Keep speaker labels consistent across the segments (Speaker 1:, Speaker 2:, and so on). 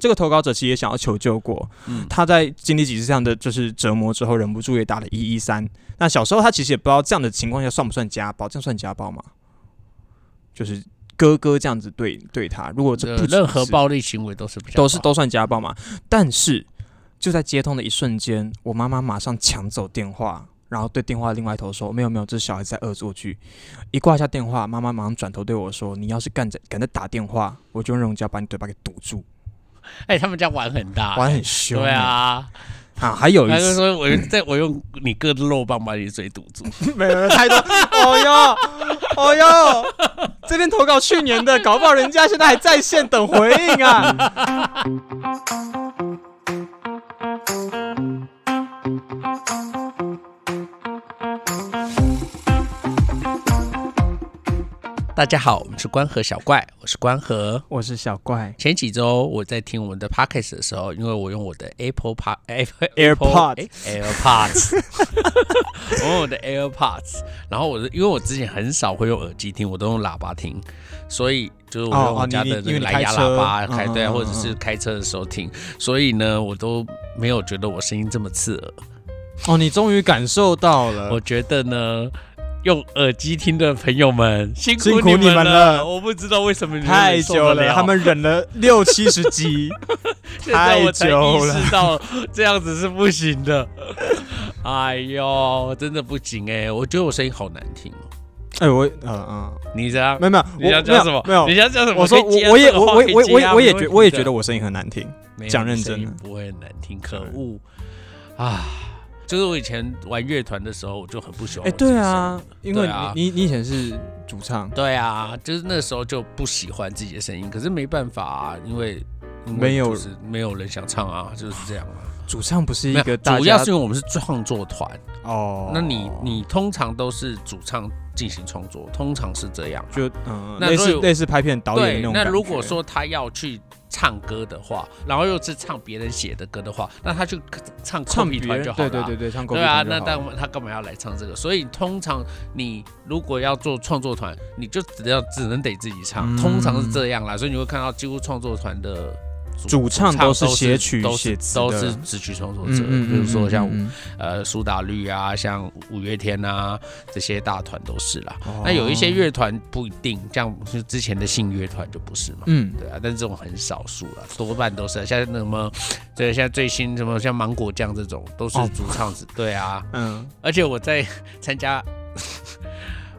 Speaker 1: 这个投稿者其实也想要求救过，
Speaker 2: 嗯
Speaker 1: 他在经历几次这样的就是折磨之后，忍不住也打了一一三。那小时候他其实也不知道这样的情况下算不算家暴，这样算家暴吗？就是哥哥这样子对对他，如果这
Speaker 3: 呃
Speaker 1: 不
Speaker 3: 任何
Speaker 1: 是
Speaker 3: 暴力行为都是不
Speaker 1: 都是
Speaker 3: 都
Speaker 1: 都算家暴嘛。但是就在接通的一瞬间，我妈妈马上抢走电话，然后对电话另外一头说：“没有没有，这是小孩子在恶作剧。”一挂下电话，妈妈马上转头对我说：“你要是敢再敢再打电话，我就用容胶把你嘴巴给堵住。
Speaker 3: 哎，他们家玩很”大，
Speaker 1: 玩很凶、欸
Speaker 3: 哎对啊，
Speaker 1: 啊，还有一
Speaker 3: 他就
Speaker 1: 次，
Speaker 3: 说我用在我用你哥的肉棒把你嘴堵住，
Speaker 1: 没有太多，哦哟哦哟，这边投稿去年的，搞不好人家现在还在线等回应 啊。
Speaker 3: 大家好，我们是关河小怪，我是关河。
Speaker 1: 我是小怪
Speaker 3: 前几周我在听我们的 podcast 的时候，因为我用我的 Apple Pa Apple
Speaker 1: AirPod
Speaker 3: Apple- 诶 AirPods，我用我的 AirPods，然后我的因为我之前很少会用耳机听，我都用喇叭听，所以就是我
Speaker 1: 哦
Speaker 3: 用
Speaker 1: 哦
Speaker 3: 我
Speaker 1: 你
Speaker 3: 家
Speaker 1: 你
Speaker 3: 的
Speaker 1: 因为
Speaker 3: 那个
Speaker 1: 你
Speaker 3: 蓝牙
Speaker 1: 开车
Speaker 3: 喇叭开
Speaker 1: 嗯
Speaker 3: 对，
Speaker 1: 嗯
Speaker 3: 或者
Speaker 1: 嗯
Speaker 3: 是开车的时候听，所以呢，我都没有觉得我声音这么刺耳。
Speaker 1: 哦，你终于感受到了
Speaker 3: 我觉得呢。用耳机听的朋友们，辛
Speaker 1: 辛
Speaker 3: 苦
Speaker 1: 苦
Speaker 3: 你
Speaker 1: 你
Speaker 3: 们
Speaker 1: 们
Speaker 3: 了！
Speaker 1: 了
Speaker 3: 我不知道为什么你们
Speaker 1: 太
Speaker 3: 受
Speaker 1: 久
Speaker 3: 得
Speaker 1: 嗯了，他们忍了六七十集，
Speaker 3: 现在我才
Speaker 1: 太久
Speaker 3: 意
Speaker 1: 了
Speaker 3: 识到这样子是不行的。 哎呦，真的不行哎、我觉得我声音好难听哦。
Speaker 1: 哎，我嗯嗯，
Speaker 3: 你这样
Speaker 1: 没，有没有，
Speaker 3: 你
Speaker 1: 我
Speaker 3: 想讲什么？
Speaker 1: 没有。没
Speaker 3: 你
Speaker 1: 有
Speaker 3: 想讲什么？
Speaker 1: 我说
Speaker 3: 可以接
Speaker 1: 我我
Speaker 3: 啊
Speaker 1: 也
Speaker 3: 这个
Speaker 1: 我
Speaker 3: 话
Speaker 1: 我
Speaker 3: 可以
Speaker 1: 我我
Speaker 3: 接啊
Speaker 1: 我也
Speaker 3: 没
Speaker 1: 觉
Speaker 3: 问题
Speaker 1: 我也
Speaker 3: 的
Speaker 1: 觉得我声音很难听，
Speaker 3: 没有
Speaker 1: 讲认
Speaker 3: 你声音
Speaker 1: 真的
Speaker 3: 不会很难听，可恶啊！就是我以前玩乐团的时候，我就很不喜欢。
Speaker 1: 哎，对啊，，因为
Speaker 3: 对啊
Speaker 1: 你你你以前是主唱，
Speaker 3: 对啊，就是那时候就不喜欢自己的声音，可是没办法啊，因为因为
Speaker 1: 没有
Speaker 3: 就是没有人想唱啊，就是这样啊。
Speaker 1: 主唱不是
Speaker 3: 没
Speaker 1: 一
Speaker 3: 有
Speaker 1: 个大
Speaker 3: 主要
Speaker 1: 家
Speaker 3: 是因为我们是创作团。
Speaker 1: 哦，
Speaker 3: 那你你通常都是主唱进行创作，通常是这样。
Speaker 1: 就嗯
Speaker 3: 那
Speaker 1: 类似
Speaker 3: 如果
Speaker 1: 类似拍片导演的
Speaker 3: 对
Speaker 1: 那，种
Speaker 3: 那
Speaker 1: 感觉，
Speaker 3: 如果说他要去唱歌的话，然后又是唱别人写的歌的话，那他就唱
Speaker 1: 唱
Speaker 3: copy
Speaker 1: 别
Speaker 3: 团
Speaker 1: 人
Speaker 3: 就好了
Speaker 1: 对
Speaker 3: 啊。
Speaker 1: 对对对，唱
Speaker 3: 对啊，那
Speaker 1: 那
Speaker 3: 但他干嘛要来唱这个？所以通常你如果要做创作团，你就只要只能得自己唱，
Speaker 1: 嗯
Speaker 3: 通常是这样啦。所以你会看到几乎创作团的
Speaker 1: 主唱都是写曲
Speaker 3: 都
Speaker 1: 写
Speaker 3: 是
Speaker 1: 词的嗯
Speaker 3: 都是词曲创作者，比如说像呃苏打绿啊，像五月天啊这些大团都是啦。
Speaker 1: 嗯哦
Speaker 3: 那有一些乐团不一定，像是之前的信乐团就不是嘛。
Speaker 1: 嗯
Speaker 3: 对啊，但是这种很少数了，多半都是啊像那什么，对，像最新什么像芒果酱这种，都是
Speaker 1: 哦
Speaker 3: 主唱子。对啊，
Speaker 1: 嗯
Speaker 3: 而且我在 参加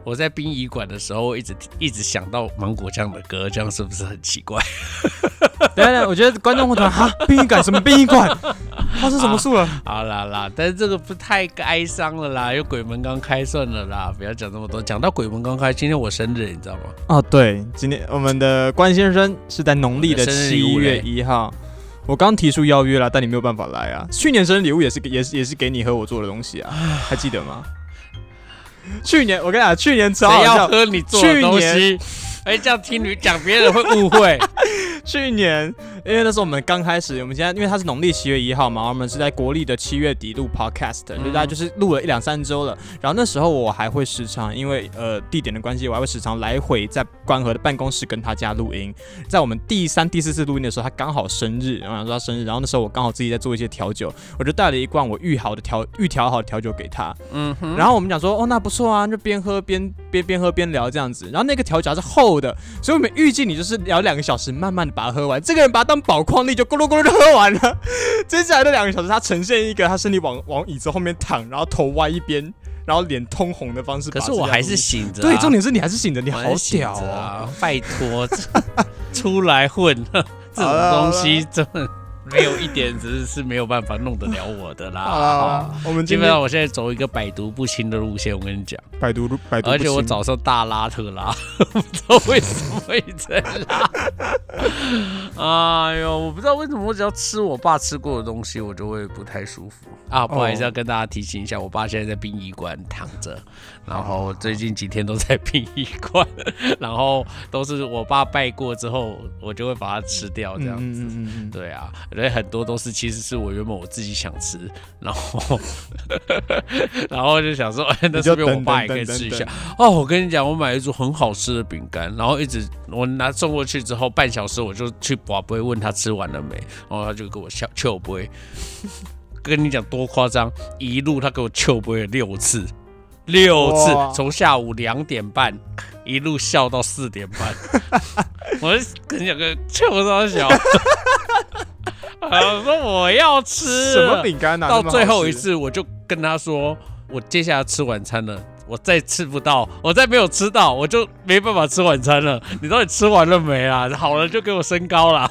Speaker 3: 我在殡仪馆的时候，我一直一直想到芒果酱的歌，这样是不是很奇怪？
Speaker 1: 等一下，等一下我觉得观众会突然哈，殡仪馆什么殡仪馆，发生什么事了？
Speaker 3: 好啦啦，但是这个不太哀伤了啦，有鬼门刚开算了啦，不要讲这么多。讲到鬼门刚开，今天我生日，你知道吗？
Speaker 1: 哦，对，今天我们的关先生是在农历的
Speaker 3: 生日礼
Speaker 1: 七
Speaker 3: 物
Speaker 1: 月
Speaker 3: 嘞
Speaker 1: 一号。我刚提出邀约了，但你没有办法来啊。去年生日礼物也是给也是也是给你和我做的东西啊，还记得 吗？去年我跟你讲，去年超
Speaker 3: 谁
Speaker 1: 好
Speaker 3: 要
Speaker 1: 笑。
Speaker 3: 喝你做的东西？哎，这样听你讲，别人会误 会。
Speaker 1: 去年因为那时候我们刚开始，我们现在因为它是农历七月一号嘛，我们是在国历的七月底录 podcast，就大家就是录了一两三周了。然后那时候我还会时常因为呃地点的关系，我还会时常来回在关河的办公室跟他家录音。在我们第三、第四次录音的时候，他刚好生日，然后想说他生日，然后那时候我刚好自己在做一些调酒，我就带了一罐我预好的调预调好的调酒给他。
Speaker 3: 嗯哼，
Speaker 1: 然后我们讲说，哦，那不错啊，就边喝边边边喝边聊这样子。然后那个调酒还是厚的，所以我们预计你就是聊两个小时，慢慢的把它喝完。这个人把它当宝矿力，就咕噜咕噜就喝完了。 接下来的两个小时，他呈现一个他身体往往椅子后面躺，然后头歪一边，然后脸通红的方式把这
Speaker 3: 可是
Speaker 1: 条路。
Speaker 3: 我还是醒着啊、
Speaker 1: 对，重点是你还是醒着，你好
Speaker 3: 我还是醒着
Speaker 1: 屌哦！
Speaker 3: 啊！拜托，这出来混 这
Speaker 1: 好
Speaker 3: 种
Speaker 1: 了
Speaker 3: 东西真的没有一点只是是没有办法弄得了我的啦。
Speaker 1: 好啦好啦，啊我们
Speaker 3: 基
Speaker 1: 今
Speaker 3: 本
Speaker 1: 天
Speaker 3: 上我现在走一个百毒不侵的路线，我跟你讲，
Speaker 1: 百毒百毒不侵，
Speaker 3: 而且我早上大拉特拉， 不知道为什么会这样拉。哎呦，我不知道为什么，我只要吃我爸吃过的东西，我就会不太舒服啊。不好意
Speaker 1: 哦
Speaker 3: 思，要跟大家提醒一下，我爸现在在殡仪馆躺着，然后最近几天都在殡仪馆， 然后都是我爸拜过之后，我就会把它吃掉这样子。
Speaker 1: 嗯嗯嗯嗯嗯
Speaker 3: 对啊，所以很多都是其实是我原本我自己想吃，然后 然后就想说， 哎，那
Speaker 1: 你就
Speaker 3: 这边我
Speaker 1: 等
Speaker 3: 爸也
Speaker 1: 等
Speaker 3: 可以
Speaker 1: 等
Speaker 3: 吃一
Speaker 1: 等
Speaker 3: 下。哦，我跟你讲，我买了一组很好吃的饼干，然后一直我拿送过去之后，半小时我就去宝贝问他吃完了没，然后他就给我笑糗杯。 跟你讲多夸张，一路他给我糗杯了六次，六次
Speaker 1: 哇，
Speaker 3: 从下午两点半一路笑到四点半，我就跟你讲个糗到 小。我说我要吃
Speaker 1: 什么饼干啊？
Speaker 3: 到
Speaker 1: 那么好
Speaker 3: 最后一
Speaker 1: 吃，
Speaker 3: 次，我就跟他说，我接下来吃晚餐了，我再吃不到，我再没有吃到，我就没办法吃晚餐了。你到底吃完了没啊？好了就给我升高 啦，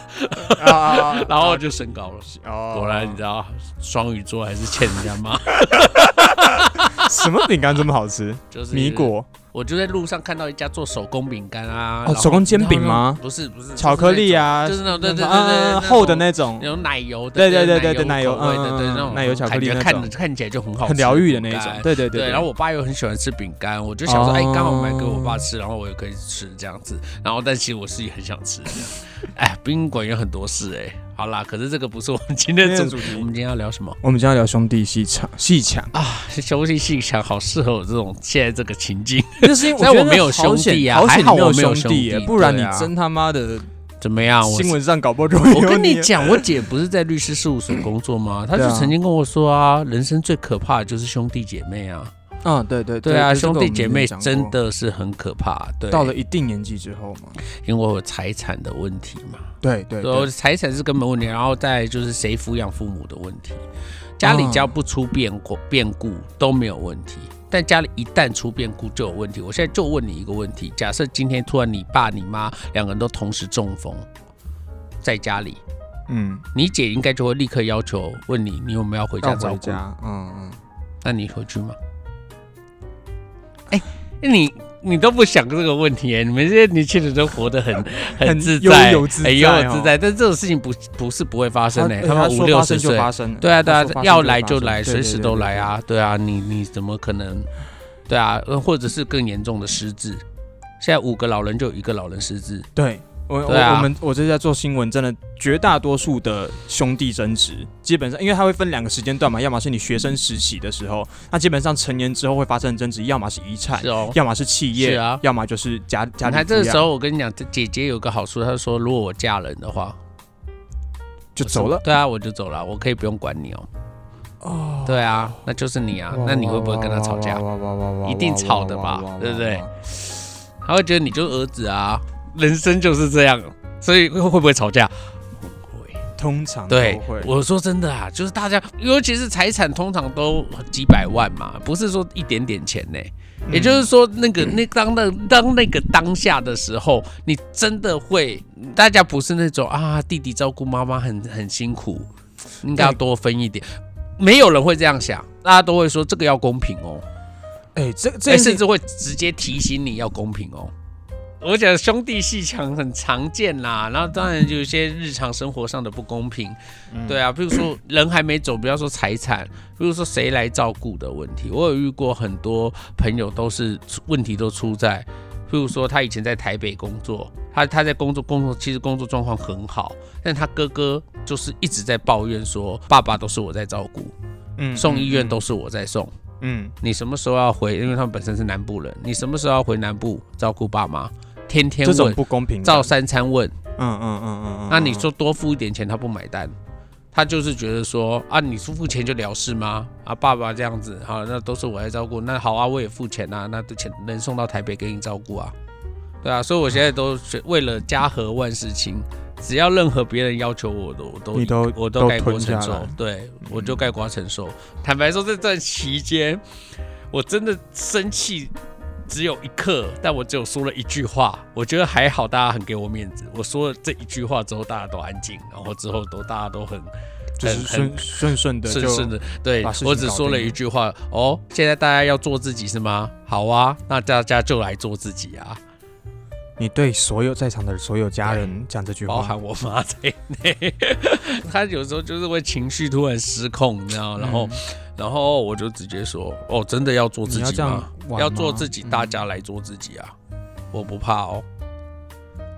Speaker 1: 啊啊啊
Speaker 3: 然后就升高了。
Speaker 1: 哦
Speaker 3: 果然你知道，双鱼座还是欠人家 骂。
Speaker 1: 什么饼干这么好吃？
Speaker 3: 就是
Speaker 1: 米，果、
Speaker 3: 我就在路上看到一家做手工饼干啊，
Speaker 1: 哦
Speaker 3: 然后
Speaker 1: 手工煎饼吗
Speaker 3: 然后呢不是不是，
Speaker 1: 巧克力啊，
Speaker 3: 就是那种就是那种对对
Speaker 1: 啊
Speaker 3: 对对对那种
Speaker 1: 厚的那种，
Speaker 3: 有奶油的，
Speaker 1: 对对对对对
Speaker 3: 奶
Speaker 1: 奶油
Speaker 3: 口味的，
Speaker 1: 嗯
Speaker 3: 对
Speaker 1: 嗯嗯
Speaker 3: 那种
Speaker 1: 奶油巧克力
Speaker 3: 感觉
Speaker 1: 那
Speaker 3: 看
Speaker 1: 种
Speaker 3: 着看起来就很好吃，
Speaker 1: 很疗愈的那一种
Speaker 3: 饼。干
Speaker 1: 对对对
Speaker 3: 对，
Speaker 1: 对，
Speaker 3: 然后哦我爸又很喜欢吃饼干，我就想说，哎，
Speaker 1: 哦
Speaker 3: 刚好买给我爸吃，然后我也可以吃这样子。然后，但其实我自己很想吃这样。哎，宾馆有很多事哎、好啦，可是这个不是我们今天的
Speaker 1: 今天
Speaker 3: 主
Speaker 1: 的主
Speaker 3: 题。
Speaker 1: 题
Speaker 3: 我们今天要聊什么
Speaker 1: 我们今天要聊兄弟戏场戏抢，
Speaker 3: 啊？休息性强，好适合我这种现在这个情境。
Speaker 1: 就是因为
Speaker 3: 但
Speaker 1: 觉
Speaker 3: 我
Speaker 1: 得
Speaker 3: 没有
Speaker 1: 好
Speaker 3: 兄弟
Speaker 1: 险
Speaker 3: 啊
Speaker 1: 好
Speaker 3: 还
Speaker 1: 险
Speaker 3: 好
Speaker 1: 你
Speaker 3: 我没
Speaker 1: 没
Speaker 3: 有
Speaker 1: 有
Speaker 3: 兄
Speaker 1: 兄弟耶
Speaker 3: 弟，
Speaker 1: 不然
Speaker 3: 对
Speaker 1: 你
Speaker 3: 啊
Speaker 1: 真他妈的
Speaker 3: 怎么样？我
Speaker 1: 新闻上搞不中
Speaker 3: 我
Speaker 1: 有
Speaker 3: 跟你
Speaker 1: 你。
Speaker 3: 讲，我姐不是在律师事务所工作吗？她就
Speaker 1: 对啊
Speaker 3: 曾经跟我说啊，人生最可怕的就是兄弟姐妹啊。
Speaker 1: 嗯，对对
Speaker 3: 对啊，
Speaker 1: 这个
Speaker 3: 兄
Speaker 1: 我
Speaker 3: 弟
Speaker 1: 们
Speaker 3: 姐
Speaker 1: 之前
Speaker 3: 妹
Speaker 1: 讲过
Speaker 3: 真的是很可怕。对，
Speaker 1: 到了一定年纪之后嘛，
Speaker 3: 因为有财产的问题嘛，
Speaker 1: 对对
Speaker 3: 对，财产是根本问题，然后再来就是谁抚养父母的问题，家
Speaker 1: 嗯
Speaker 3: 里只要不出变故变故都没有问题，但家里一旦出变故就有问题。我现在就问你一个问题：假设今天突然你爸你妈两个人都同时中风，在家里，
Speaker 1: 嗯，
Speaker 3: 你姐应该就会立刻要求问你，你有没有要回家
Speaker 1: 要
Speaker 3: 照
Speaker 1: 回
Speaker 3: 顾？
Speaker 1: 家，嗯嗯，
Speaker 3: 那你回去吗？哎、你你都不想这个问题耶，你们这些年轻人都活得很 很
Speaker 1: 很
Speaker 3: 自在，
Speaker 1: 悠游自在
Speaker 3: 很悠游
Speaker 1: 哦
Speaker 3: 自在。但这种事情不不是不会发生的，
Speaker 1: 他
Speaker 3: 他们五
Speaker 1: 说
Speaker 3: 六
Speaker 1: 发
Speaker 3: 十
Speaker 1: 生就
Speaker 3: 岁，
Speaker 1: 发生，
Speaker 3: 对啊对啊
Speaker 1: 他说发，生
Speaker 3: 要
Speaker 1: 就
Speaker 3: 来
Speaker 1: 发
Speaker 3: 就
Speaker 1: 生
Speaker 3: 来，
Speaker 1: 对
Speaker 3: 随
Speaker 1: 对
Speaker 3: 时
Speaker 1: 对
Speaker 3: 都
Speaker 1: 对
Speaker 3: 来啊，对啊，你你怎么可能？对啊，呃或者是更严重的失智，现在五个老人就有一个老人失智，
Speaker 1: 对。我我、
Speaker 3: 对啊
Speaker 1: 我们我这在做新闻，真的绝大多数的兄弟争执，基本上因为它会分两个时间段嘛，要么是你学生时期的时候，那基本上成年之后会发生的争执，要么是遗产
Speaker 3: 是，哦。
Speaker 1: 要么是企业，
Speaker 3: 是啊
Speaker 1: 要么就是家哎家
Speaker 3: 你看
Speaker 1: 庭。
Speaker 3: 这个时候，我跟你讲，这姐姐有个好处，她说如果我嫁人的话，
Speaker 1: 就走了，
Speaker 3: 对啊，我就走了，我可以不用管你哦。
Speaker 1: 哦，
Speaker 3: 对啊，那就是你啊，那你会不会跟他吵架？
Speaker 1: 哇哇哇哇
Speaker 3: 一定吵的吧对不对？他会觉得你就是儿子啊，人生就是这样，所以会会不会吵架？不会。
Speaker 1: 通常都
Speaker 3: 对
Speaker 1: 会，。
Speaker 3: 我说真的啊，就是大家，尤其是财产，通常都几百万嘛，不是说一点点钱呢、
Speaker 1: 嗯
Speaker 3: 也就是说，那个那当那当那个当下的时候，你真的会，大家不是那种啊，弟弟照顾妈妈很很辛苦，应该要多分一点。没有人会这样想，大家都会说这个要公平哦，
Speaker 1: 哎，这这
Speaker 3: 这
Speaker 1: 件
Speaker 3: 甚
Speaker 1: 事
Speaker 3: 至会直接提醒你要公平哦。我讲兄弟戏强很常见啦，然后当然有一些日常生活上的不公平，对啊，比如说人还没走，不要说财产，比如说谁来照顾的问题，我有遇过很多朋友都是出问题都出在，譬如说他以前在台北工作，他他在工作工作其实工作状况很好，但他哥哥就是一直在抱怨说爸爸都是我在照顾，
Speaker 1: 嗯
Speaker 3: 送医院都是我在送。
Speaker 1: 嗯
Speaker 3: 你什么时候要回？因为他们本身是南部人，你什么时候要回南部照顾爸妈？天天
Speaker 1: 这种
Speaker 3: 问，
Speaker 1: 不公平的，
Speaker 3: 照三餐问。
Speaker 1: 嗯嗯嗯嗯嗯，
Speaker 3: 那你说多付一点钱，他不买单，他就是觉得说啊，你付钱就了事吗？啊，爸爸这样子，好，那都是我在照顾，那好啊，我也付钱啊，那这钱能送到台北给你照顾啊，对啊，所以我现在都觉为了家和万事兴，只要任何别人要求我的，我都
Speaker 1: 你都
Speaker 3: 我
Speaker 1: 都
Speaker 3: 概括
Speaker 1: 吞
Speaker 3: 承
Speaker 1: 下
Speaker 3: 受
Speaker 1: 来，嗯
Speaker 3: 对我就概括承受。坦白说，这段期间我真的生气只有一刻，但我只有说了一句话，我觉得还好，大家很给我面子。我说了这一句话之后，大家都安静，然后之后都大家都很
Speaker 1: 就是
Speaker 3: 很
Speaker 1: 顺顺顺的，
Speaker 3: 顺
Speaker 1: 就
Speaker 3: 顺的。对
Speaker 1: 把事情
Speaker 3: 我只
Speaker 1: 搞
Speaker 3: 说了
Speaker 1: 定
Speaker 3: 一句话，哦，现在大家要做自己是吗？好啊，那大家就来做自己啊，
Speaker 1: 你对所有在场的所有家人讲这句
Speaker 3: 包
Speaker 1: 话，
Speaker 3: 含我妈在内。她有时候就是会情绪突然失控，你
Speaker 1: 嗯
Speaker 3: 知道，然后。然后我就直接说，哦，真的要做自
Speaker 1: 你要
Speaker 3: 己
Speaker 1: 这
Speaker 3: 吗
Speaker 1: 样？玩
Speaker 3: 要
Speaker 1: 吗
Speaker 3: 做自己，
Speaker 1: 嗯
Speaker 3: 大家来做自己啊！ 我不怕哦，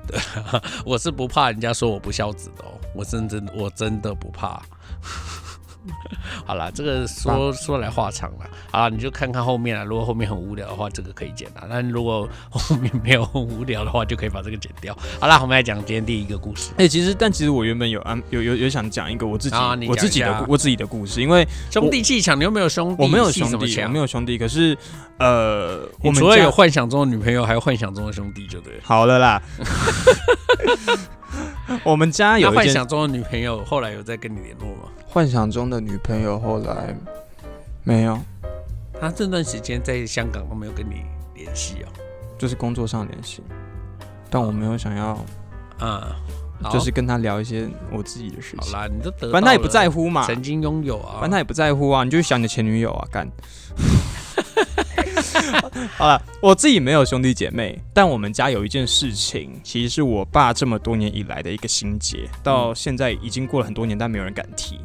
Speaker 3: 对啊，我是不怕人家说我不孝子的哦。我真真我真的不怕。 好啦，这个说说来话长了啊，你就看看后面啊。如果后面很无聊的话，这个可以剪啊。但如果后面没有很无聊的话，就可以把这个剪掉。好啦，我们来讲今天第一个故事。
Speaker 1: 哎、欸，其实但其实我原本有啊，有有有想讲一个我自己、
Speaker 3: 啊、
Speaker 1: 我自己的我自己的故事，因为
Speaker 3: 兄弟气场，你又没有兄弟，
Speaker 1: 我没有兄弟，我没有兄弟。可是呃，我们
Speaker 3: 除了有幻想中的女朋友，还有幻想中的兄弟，就对。
Speaker 1: 好了 啦。我们家有
Speaker 3: 幻想中的女朋友，后来有在跟你联络吗？
Speaker 1: 幻想中的女朋友后来没有，
Speaker 3: 她这段时间在香港都没有跟你联系哦，
Speaker 1: 就是工作上联系，但我没有想要
Speaker 3: 啊，
Speaker 1: 嗯就是跟她聊一些我自己的事情。
Speaker 3: 好啦，你都得，
Speaker 1: 反正她也不在乎嘛，
Speaker 3: 曾经拥有啊，
Speaker 1: 反正她也不在乎啊，你就想你前女友啊，干。 好了，我自己没有兄弟姐妹，但我们家有一件事情，其实是我爸这么多年以来的一个心结，
Speaker 3: 嗯
Speaker 1: 到现在已经过了很多年，但没有人敢提。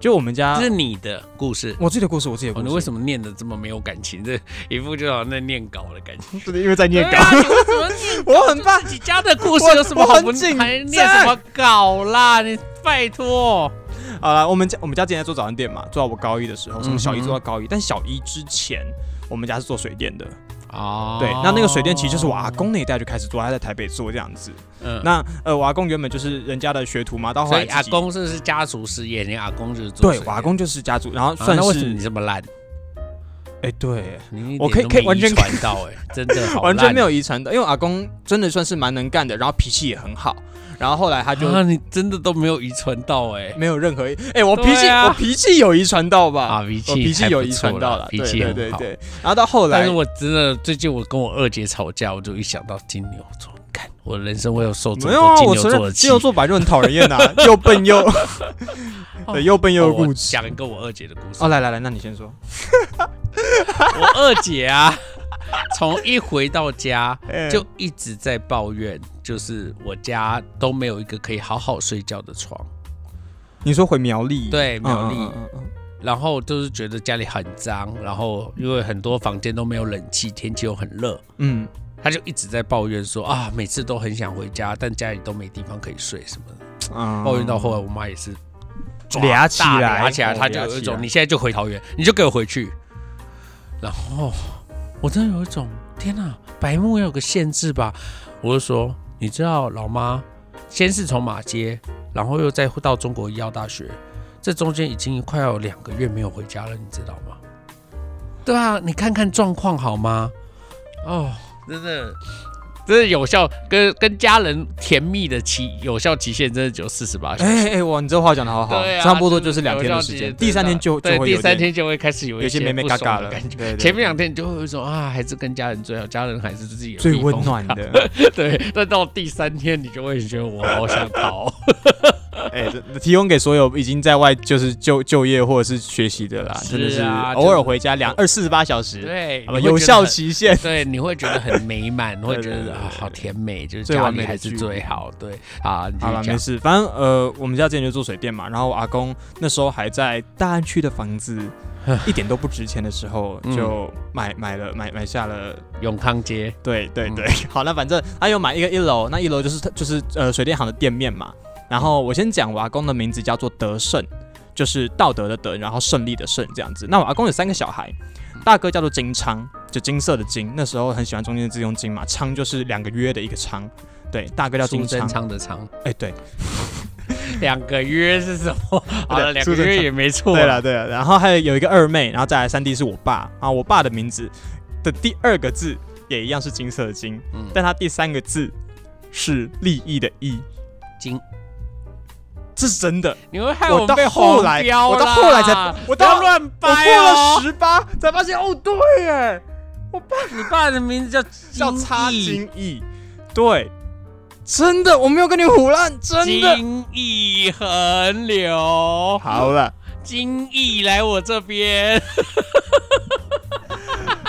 Speaker 1: 就我们家，
Speaker 3: 这是你的故事，
Speaker 1: 啊我自己的故事，我自己的故事。
Speaker 3: 哦、你为什么念的这么没有感情？这一副就好像在念稿的感觉，
Speaker 1: 不是因为在念稿。
Speaker 3: 啊、你为什么念稿？
Speaker 1: 我 很怕
Speaker 3: 自己家的故事有什么好不还念什么稿啦？你拜托。
Speaker 1: 好了，我们家我们家之前在做早餐店嘛，做到我高一的时候，从小一做到高一，嗯、但小一之前我们家是做水电的
Speaker 3: 哦。
Speaker 1: 对，那那个水电其实就是我阿公那一代就开始做，他在台北做这样子。嗯，那呃，我阿公原本就是人家的学徒嘛，到后来
Speaker 3: 阿公是是家族事业，你阿公就是
Speaker 1: 对，我阿公就是家族，然后算是、啊、
Speaker 3: 为什么你这么烂？
Speaker 1: 哎、欸，对，
Speaker 3: 我
Speaker 1: 可以可以完全
Speaker 3: 传到哎、欸，真 的
Speaker 1: 完全没有遗传的，因为阿公真的算是蛮能干的，然后脾气也很好，然后后来他就，
Speaker 3: 啊、你真的都没有遗传到哎、欸，
Speaker 1: 没有任何哎，我脾气、啊、我脾气有遗传到吧？
Speaker 3: 啊，
Speaker 1: 哦脾
Speaker 3: 气脾
Speaker 1: 气有遗传到
Speaker 3: 了，
Speaker 1: 脾
Speaker 3: 气
Speaker 1: 对对对，然后到后来，
Speaker 3: 但是我真的最近我跟我二姐吵架，我就一想到金牛座，看我人生我有受
Speaker 1: 没有啊？
Speaker 3: 我
Speaker 1: 承认
Speaker 3: 金牛
Speaker 1: 座本来就很讨人厌 呐，又笨又 对又笨又固执。
Speaker 3: 讲一哦个我二姐的故事
Speaker 1: 哦，来来来，那你先说。
Speaker 3: 我二姐啊，从一回到 家
Speaker 1: 嗯
Speaker 3: 就一直在抱怨，就是我家都没有一个可以好好睡觉的床。
Speaker 1: 你说回苗栗？
Speaker 3: 对，苗栗。嗯嗯嗯然后就是觉得家里很脏，然后因为很多房间都没有冷气，天气又很热。嗯，她就一直在抱怨说啊，每次都很想回家，但家里都没地方可以睡什么
Speaker 1: 嗯啊
Speaker 3: 的。抱怨到后来，我妈也是
Speaker 1: 俩起来，哦俩
Speaker 3: 起来，她就有一种你现在就回桃园，你就给我回去。然后我真的有一种天哪，白目要有个限制吧？我就说，你知道老妈先是从马街，然后又再到中国医药大学，这中间已经快要有两个月没有回家了，你知道吗？对啊，你看看状况好吗？哦，真的，真的有效，跟跟家人甜蜜的期有效期限真的只有四十八小时。
Speaker 1: 哎哎，哇，你这话讲的好好，
Speaker 3: 对啊，
Speaker 1: 差不多就是两天的时间，第三天就就会
Speaker 3: 第三天就会开始有
Speaker 1: 一些
Speaker 3: 妹
Speaker 1: 妹嘎嘎
Speaker 3: 的感觉。
Speaker 1: 对对对
Speaker 3: 前面两天你就会说啊，还是跟家人最好，家人还是自己
Speaker 1: 最温暖的。
Speaker 3: 对，但到第三天你就会觉得我好想逃。
Speaker 1: 哎欸，提供给所有已经在外就是就就业或者是学习的啦，
Speaker 3: 是啊、
Speaker 1: 真的是偶尔回家两二四十八小时，
Speaker 3: 对，
Speaker 1: 有效期 限，
Speaker 3: 对，你会觉得很 美满，你会觉得啊好甜美，就是家里还是最好，对啊，
Speaker 1: 好了没事，反正呃我们家之前就做水电嘛，然后我阿公那时候还在大安区的房 子。一点都不值钱的时候，就买、嗯、买了买买下了
Speaker 3: 永康街。
Speaker 1: 对对对，嗯、好，那反正他又买一个一楼，那一楼就是就是呃水电行的店面嘛。然后我先讲我阿公的名字叫做德胜，就是道德的德，然后胜利的胜这样子。那我阿公有三个小孩，大哥叫做金昌，就金色的金，那时候很喜欢中间的字用金嘛，昌就是两个月的一个昌。对，大哥叫金昌，
Speaker 3: 昌的昌。
Speaker 1: 哎、欸，对。
Speaker 3: 两个月是什么？好了，两个月也没错。
Speaker 1: 对了，对了，然后还有有一个二妹，然后再来三弟是我爸啊。我爸的名字的第二个字也一样是金色的金，嗯、但他第三个字是利益的益
Speaker 3: 金。
Speaker 1: 这是真的，
Speaker 3: 你会害
Speaker 1: 我
Speaker 3: 哎被
Speaker 1: 后来，我到后来才，我到
Speaker 3: 乱掰、
Speaker 1: 哦，我过了十八才发现，哦，对耶，我爸，
Speaker 3: 你爸的名字叫
Speaker 1: 叫差金义，对。真的，我没有跟你胡乱，真的。
Speaker 3: 金意横流，
Speaker 1: 好了，
Speaker 3: 金意来我这边。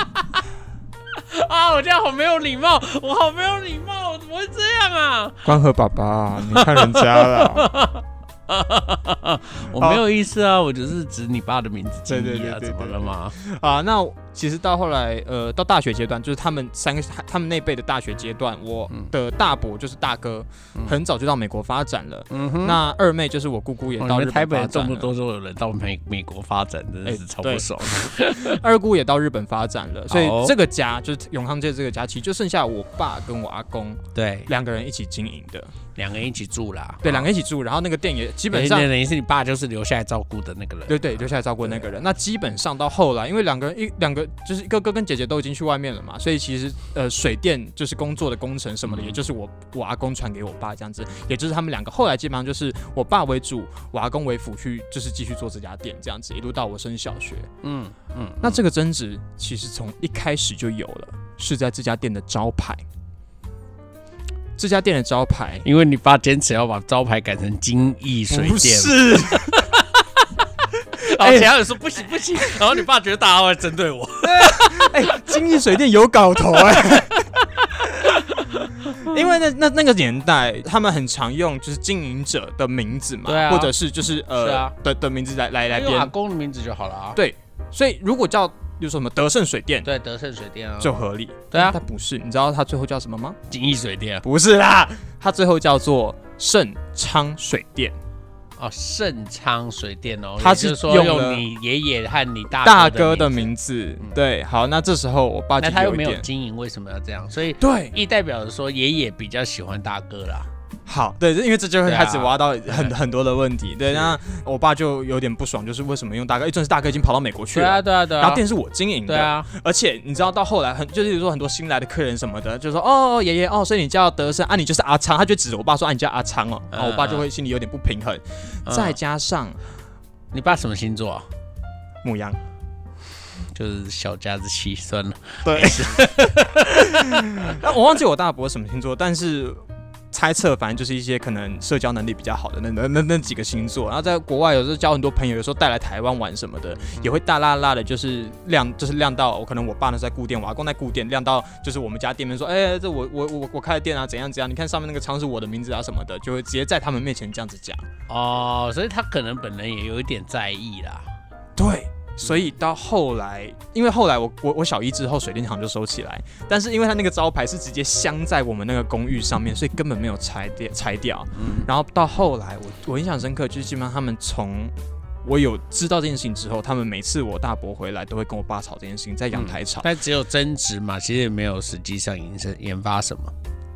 Speaker 3: 啊，我这样好没有礼貌，我好没有礼貌，我怎么会这样啊？
Speaker 1: 关河爸 爸，你看人家了。
Speaker 3: 我没有意思啊，我只是指你爸的名字、啊。
Speaker 1: 哦对对
Speaker 3: 对,對，怎么了吗？
Speaker 1: 啊，那其实到后来，呃，到大学阶段，就是他们三个他们那辈的大学阶段，我的大伯就是大哥，很早就到美国发展了。
Speaker 3: 嗯哼，
Speaker 1: 那二妹就是我姑姑也到日
Speaker 3: 台
Speaker 1: 本
Speaker 3: 北
Speaker 1: 发
Speaker 3: 这
Speaker 1: 展
Speaker 3: 么
Speaker 1: 了，
Speaker 3: 多都有人到美美国发展，真的是
Speaker 1: 哎
Speaker 3: 超
Speaker 1: 对
Speaker 3: 不爽。
Speaker 1: 二姑也到日本发展了，所以
Speaker 3: 好
Speaker 1: 这个家就是永康街这个家，其实就剩下我爸跟我阿公
Speaker 3: 对，
Speaker 1: 两个人一起经营的，
Speaker 3: 两个人一起住啦。
Speaker 1: 对，两
Speaker 3: 个
Speaker 1: 个人一起住，然后那个店也基
Speaker 3: 基
Speaker 1: 本上
Speaker 3: 等于是你爸就是留下来照顾的那个人。啊
Speaker 1: 对对，留下来照顾那个人。那基本上到后来，因为两个人一两个就是哥哥跟姐姐都已经去外面了嘛，所以其实呃水电就是工作的工程什么的，
Speaker 3: 嗯
Speaker 1: 也就是我我阿公传给我爸这样子，也就是他们两个后来基本上就是我爸为主，我阿公为辅去就是继续做这家店这样子，一路到我升小学。
Speaker 3: 嗯嗯，
Speaker 1: 那这个争执其实从一开始就有了，是在这家店的招牌。这家店的招牌
Speaker 3: 因为你爸坚持要把招牌改成金逸水
Speaker 1: 不
Speaker 3: 电，
Speaker 1: 是
Speaker 3: 然后其他人说不行不行，然后你爸觉得大家会针对 我。
Speaker 1: 哎、金逸水电有搞头哎、 因为那那那个年代，他们很常用就是经营者的名字嘛，
Speaker 3: 对啊
Speaker 1: 或者是就是呃
Speaker 3: 是啊
Speaker 1: 的的名字来来来
Speaker 3: 用阿
Speaker 1: 编，
Speaker 3: 公的名字就好了啊。
Speaker 1: 对所以如果叫比如说什么德胜水电
Speaker 3: 对，德胜水电啊，
Speaker 1: 就合理，
Speaker 3: 对啊
Speaker 1: 但不是，你知道他最后叫什么吗？
Speaker 3: 金逸水电啊
Speaker 1: 不是啦，他最后叫做盛昌水电，
Speaker 3: 哦，盛昌水电哦，
Speaker 1: 他
Speaker 3: 也
Speaker 1: 是
Speaker 3: 就是说
Speaker 1: 用了
Speaker 3: 用你爷爷和你大
Speaker 1: 大哥
Speaker 3: 哥
Speaker 1: 的
Speaker 3: 字，嗯
Speaker 1: 名字，对，好，那这时候我爸就
Speaker 3: 那他又
Speaker 1: 一
Speaker 3: 没有
Speaker 1: 点。
Speaker 3: 经营，为什么要这样？所以
Speaker 1: 对，
Speaker 3: 亦代表着说爷爷比较喜欢大哥啦。
Speaker 1: 好，对，因为这就会
Speaker 3: 对啊
Speaker 1: 开始挖到很、很多的问题。对，那我爸就有点不爽，就是为什么用大哥？一阵是大哥已经跑到美国去
Speaker 3: 对
Speaker 1: 了。
Speaker 3: 啊，对啊，对啊。
Speaker 1: 然后店是我经营的，
Speaker 3: 对啊，
Speaker 1: 而且你知道到后来很就是说很多新来的客人什么的，就说哦爷爷哦，所以你叫德胜啊，你就是阿昌，他就指着我爸说啊你叫阿昌哦，然后我爸就会心里有点不平衡，
Speaker 3: 嗯
Speaker 1: 再加上
Speaker 3: 你爸什么星座啊？
Speaker 1: 母羊，
Speaker 3: 就是小家子气，算了。
Speaker 1: 对，那我忘记我大伯什么星座，但是猜测反正就是一些可能社交能力比较好的那那那那几个星座，然后在国外有时候交很多朋友，有时候带来台湾玩什么的，也会大辣辣的，就是亮就是亮到我可能我爸呢在固店，我阿公在固店，亮到就是我们家店面说，哎、这我我我我开的店啊，怎样怎样，你看上面那个仓是我的名字啊什么的，就会直接在他们面前这样子讲，
Speaker 3: 哦，所以他可能本人也有一点在意啦。
Speaker 1: 对。所以到后来，因为后来我我我小一之后，水电厂就收起来，但是因为它那个招牌是直接镶在我们那个公寓上面，所以根本没有拆掉拆掉。
Speaker 3: 嗯，
Speaker 1: 然后到后来，我我印象深刻，就是基本上他们从我有知道这件事情之后，他们每次我大伯回来都会跟我爸吵这件事情，在阳台吵。
Speaker 3: 但只有争执嘛，其实也没有实际上延伸研发什么。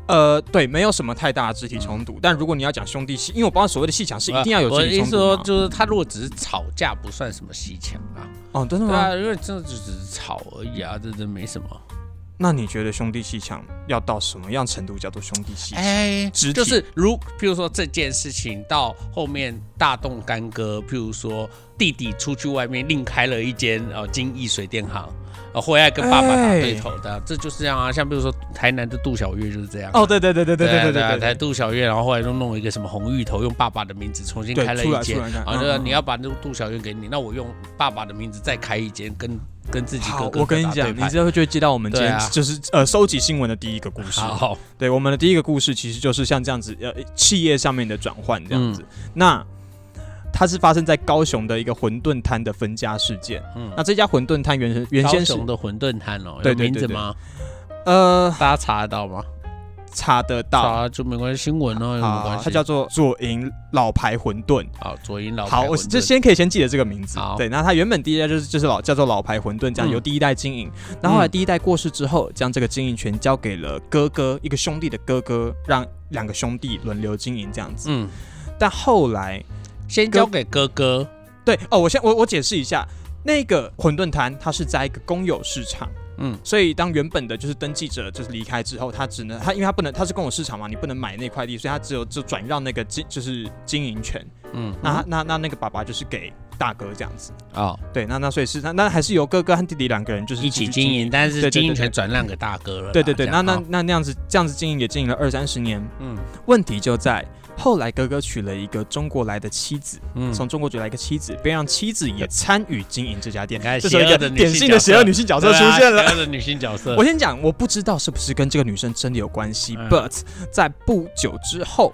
Speaker 1: 呃，对，没有什么太大的肢体冲突。但如果你要讲兄弟戏，因为我不知道所谓的戏强是一定要有
Speaker 3: 呃我的
Speaker 1: 肢体
Speaker 3: 意
Speaker 1: 冲
Speaker 3: 思
Speaker 1: 突
Speaker 3: 说，
Speaker 1: 吗
Speaker 3: 就是他如果只是吵架，不算什么西强啊。
Speaker 1: 哦，真的
Speaker 3: 对
Speaker 1: 吗？
Speaker 3: 啊，因为真的就只是吵而已啊，这真没什么。
Speaker 1: 那你觉得兄弟戏强要到什么样程度叫做兄弟戏强？
Speaker 3: 哎，
Speaker 1: 肢体
Speaker 3: 就是如，譬如说这件事情到后面大动干戈，譬如说弟弟出去外面另开了一间哦金逸水电行，哦回来跟爸爸打对头的，这就是这样啊。像比如说台南的杜小月就是这样啊。
Speaker 1: 哦，对对对对对对对
Speaker 3: 啊
Speaker 1: 对对，
Speaker 3: 台杜小月，然后后来又弄了一个什么红芋头，用爸爸的名字重新
Speaker 1: 对
Speaker 3: 开了
Speaker 1: 出
Speaker 3: 一
Speaker 1: 来
Speaker 3: 间
Speaker 1: 出来。看
Speaker 3: 啊，
Speaker 1: 嗯
Speaker 3: 对啊，
Speaker 1: 嗯
Speaker 3: 你要把那个杜小月给你，那我用爸爸的名字再开一间，跟跟自己哥
Speaker 1: 好，
Speaker 3: 哥
Speaker 1: 我跟你
Speaker 3: 打对
Speaker 1: 讲，你
Speaker 3: 盘
Speaker 1: 这会就会接到我们今天
Speaker 3: 对啊
Speaker 1: 就是呃收集新闻的第一个故事。
Speaker 3: 好，
Speaker 1: 对，我们的第一个故事其实就是像这样子，呃，企业上面的转换这样子。
Speaker 3: 嗯
Speaker 1: 那它是发生在高雄的一个馄饨摊的分家事件。
Speaker 3: 嗯
Speaker 1: 那这家馄饨摊原原
Speaker 3: 高
Speaker 1: 先是
Speaker 3: 雄的馄饨摊哦，
Speaker 1: 对
Speaker 3: 有
Speaker 1: 对
Speaker 3: 名
Speaker 1: 对
Speaker 3: 字
Speaker 1: 对
Speaker 3: 吗？
Speaker 1: 呃
Speaker 3: 大家查得到吗？
Speaker 1: 查得到
Speaker 3: 查就没关系，新闻哦，有什么关
Speaker 1: 啊，
Speaker 3: 系？
Speaker 1: 它叫做左营老牌馄饨。
Speaker 3: 好左营老
Speaker 1: 好，
Speaker 3: 牌
Speaker 1: 我
Speaker 3: 馄饨
Speaker 1: 这先可以先记得这个名字
Speaker 3: 好。
Speaker 1: 对，那它原本第一代就是就是老叫做老牌馄饨，这样
Speaker 3: 嗯
Speaker 1: 由第一代经营。那、后来第一代过世之后，将这个经营权交给了哥哥，一个兄弟的哥哥，让两个兄弟轮流经营这样子。
Speaker 3: 嗯，
Speaker 1: 但后来
Speaker 3: 先交给哥哥
Speaker 1: 对哦，我先我我解释一下，那个馄饨摊它是在一个公有市场，嗯
Speaker 3: 嗯，
Speaker 1: 所以当原本的就是登记者就是离开之后，他只能他因为他不能他是公有市场嘛，你不能买那块地，所以他只有就转让那个经就是经营权，嗯
Speaker 3: 嗯，
Speaker 1: 那他那那那个爸爸就是给大哥这样子，
Speaker 3: 哦，
Speaker 1: 对，那那所以是那那还是由哥哥和弟弟两个人就是
Speaker 3: 一
Speaker 1: 继
Speaker 3: 起
Speaker 1: 续
Speaker 3: 经营，但
Speaker 1: 对
Speaker 3: 是
Speaker 1: 对
Speaker 3: 经营
Speaker 1: 对
Speaker 3: 权转让给大哥了啦。
Speaker 1: 对对对，
Speaker 3: 这
Speaker 1: 那
Speaker 3: 样
Speaker 1: 那
Speaker 3: 好
Speaker 1: 那那样子这样子经营也经营了二三十年，
Speaker 3: 嗯
Speaker 1: 问题就在后来哥哥娶了一个中国来的妻子，
Speaker 3: 嗯
Speaker 1: 从中国娶来一个妻子，便让妻子也参与经营这家店
Speaker 3: 你看，
Speaker 1: 这时候一
Speaker 3: 邪
Speaker 1: 个
Speaker 3: 恶的女性
Speaker 1: 典型的
Speaker 3: 角色
Speaker 1: 邪恶女性角色出现了。
Speaker 3: 对啊，的女性角色
Speaker 1: 我，先讲，我不知道是不是跟这个女生真的有关系、
Speaker 3: 嗯
Speaker 1: b u t 在不久之后，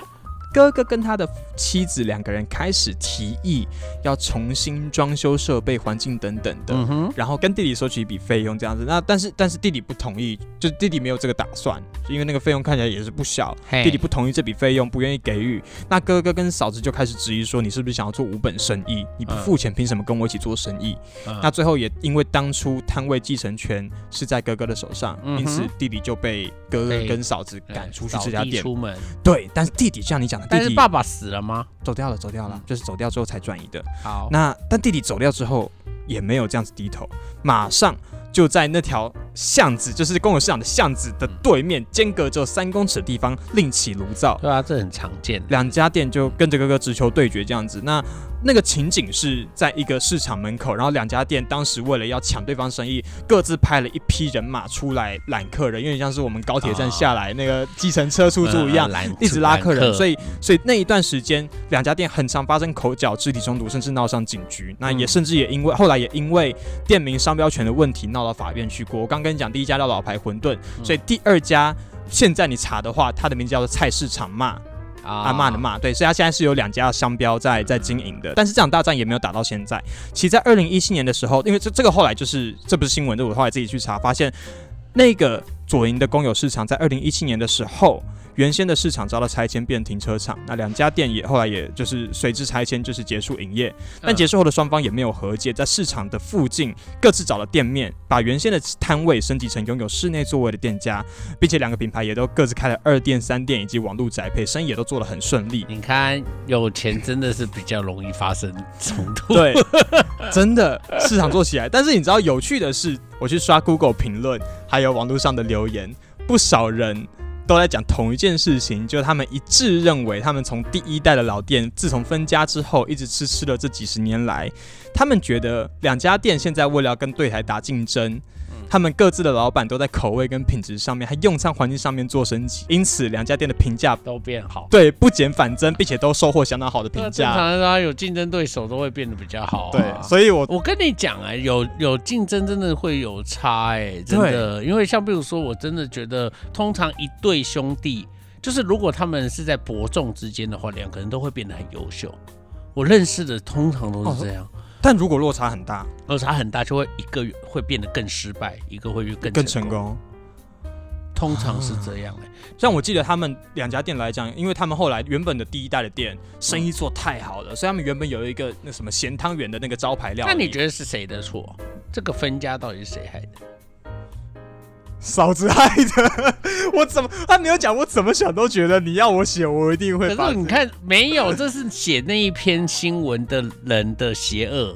Speaker 1: 哥哥跟他的妻子两个人开始提议要重新装修设备、环境等等的，
Speaker 3: 嗯哼，
Speaker 1: 然后跟弟弟收取一笔费用这样子。那但是但是弟弟不同意，就弟弟没有这个打算，因为那个费用看起来也是不小。
Speaker 3: 嘿
Speaker 1: 弟弟不同意这笔费用，不愿意给予。那哥哥跟嫂子就开始质疑说，你是不是想要做无本生意？你不付钱，凭什么跟我一起做生意？
Speaker 3: 嗯
Speaker 1: 那最后也因为当初摊位继承权是在哥哥的手上，
Speaker 3: 嗯哼
Speaker 1: 因此弟弟就被哥哥
Speaker 3: 被
Speaker 1: 跟嫂子赶出去这家
Speaker 3: 扫地
Speaker 1: 店。
Speaker 3: 出门，
Speaker 1: 对，但是弟弟像你讲的，
Speaker 3: 但
Speaker 1: 弟
Speaker 3: 是
Speaker 1: 弟
Speaker 3: 爸爸死了吗？
Speaker 1: 走掉了，走掉了
Speaker 3: 嗯，哦
Speaker 1: 就是走掉之后才转移的。
Speaker 3: 好，
Speaker 1: 那但弟弟走掉之后也没有这样子低头，马上就在那条巷子，就是公有市场的巷子的
Speaker 3: 嗯
Speaker 1: 对面，间隔只有三公尺的地方另起炉灶。
Speaker 3: 对啊，这很常见的。
Speaker 1: 两家店就跟着哥哥直球对决这样子。那那个情景是在一个市场门口，然后两家店当时为了要抢对方生意，各自派了一批人马出来揽客人，有点像是我们高铁站下来那个计程车出租一样
Speaker 3: 嗯，拦
Speaker 1: 一直拉客人，所
Speaker 3: 以
Speaker 1: 以所以那一段时间，两家店很常发生口角、肢体冲突，甚至闹上警局。那也
Speaker 3: 嗯
Speaker 1: 甚至也因为后来也因为店名商标权的问题闹到法院去过。我刚跟你讲，第一家叫老牌馄饨，所以第二家。现在你查的话，它的名字叫做菜市场骂阿
Speaker 3: 阿
Speaker 1: 啊骂的骂，对，所以它现在是有两家商标在在经营的。但是这场大战也没有打到现在。其实，在二零一七年的时候，因为这这个后来就是这不是新闻，这我后来自己去查，发现那个左营的公有市场在二零一七年的时候，原先的市场遭到拆迁变停车场，那两家店也后来也就是随之拆迁，就是结束营业。但结束后的双方也没有和解，在市场的附近各自找了店面，把原先的摊位升级成拥有室内座位的店家，并且两个品牌也都各自开了二店、三店以及网络宅配，生意也都做得很顺利。
Speaker 3: 你看，有钱真的是比较容易发生冲突。
Speaker 1: 对， 真的市场做起来。但是你知道有趣的是，我去刷 Google 评论，还有网络上的留言，不少人都在讲同一件事情，就是他们一致认为，他们从第一代的老店，自从分家之后，一直吃吃了这几十年来，他们觉得两家店现在为了要跟对台打竞争。
Speaker 3: 嗯
Speaker 1: 他们各自的老板都在口味跟品质上面，还用餐环境上面做升级，因此两家店的评价
Speaker 3: 都变好。
Speaker 1: 对不减反增，并且都收获相当好的评
Speaker 3: 那正
Speaker 1: 价。
Speaker 3: 常的啊，有竞争对手都会变得比较好、啊。
Speaker 1: 对，所以我
Speaker 3: 我跟你讲啊，有有竞争真的会有差哎、真的，因为像比如说，我真的觉得通常一对兄弟，就是如果他们是在伯仲之间的话，两个人都会变得很优秀。我认识的通常都
Speaker 1: 哦
Speaker 3: 是这样，
Speaker 1: 但如果落差很大，
Speaker 3: 落差很大，就会一个会变得更失败，一个会更
Speaker 1: 更
Speaker 3: 成
Speaker 1: 成
Speaker 3: 功，
Speaker 1: 功。
Speaker 3: 通常是这样哎、
Speaker 1: 像我记得他们两家店来讲，因为他们后来原本的第一代的店生意做太好了，所以他们原本有一个那什么咸汤圆的那个招牌料理。
Speaker 3: 那你觉得是谁的错？这个分家到底是谁害的？
Speaker 1: 嫂子害的？我怎么他没有讲？我怎么想都觉得你要我写，我一定会
Speaker 3: 可
Speaker 1: 把
Speaker 3: 是。你看，没有，这是写那一篇新闻的人的邪 恶，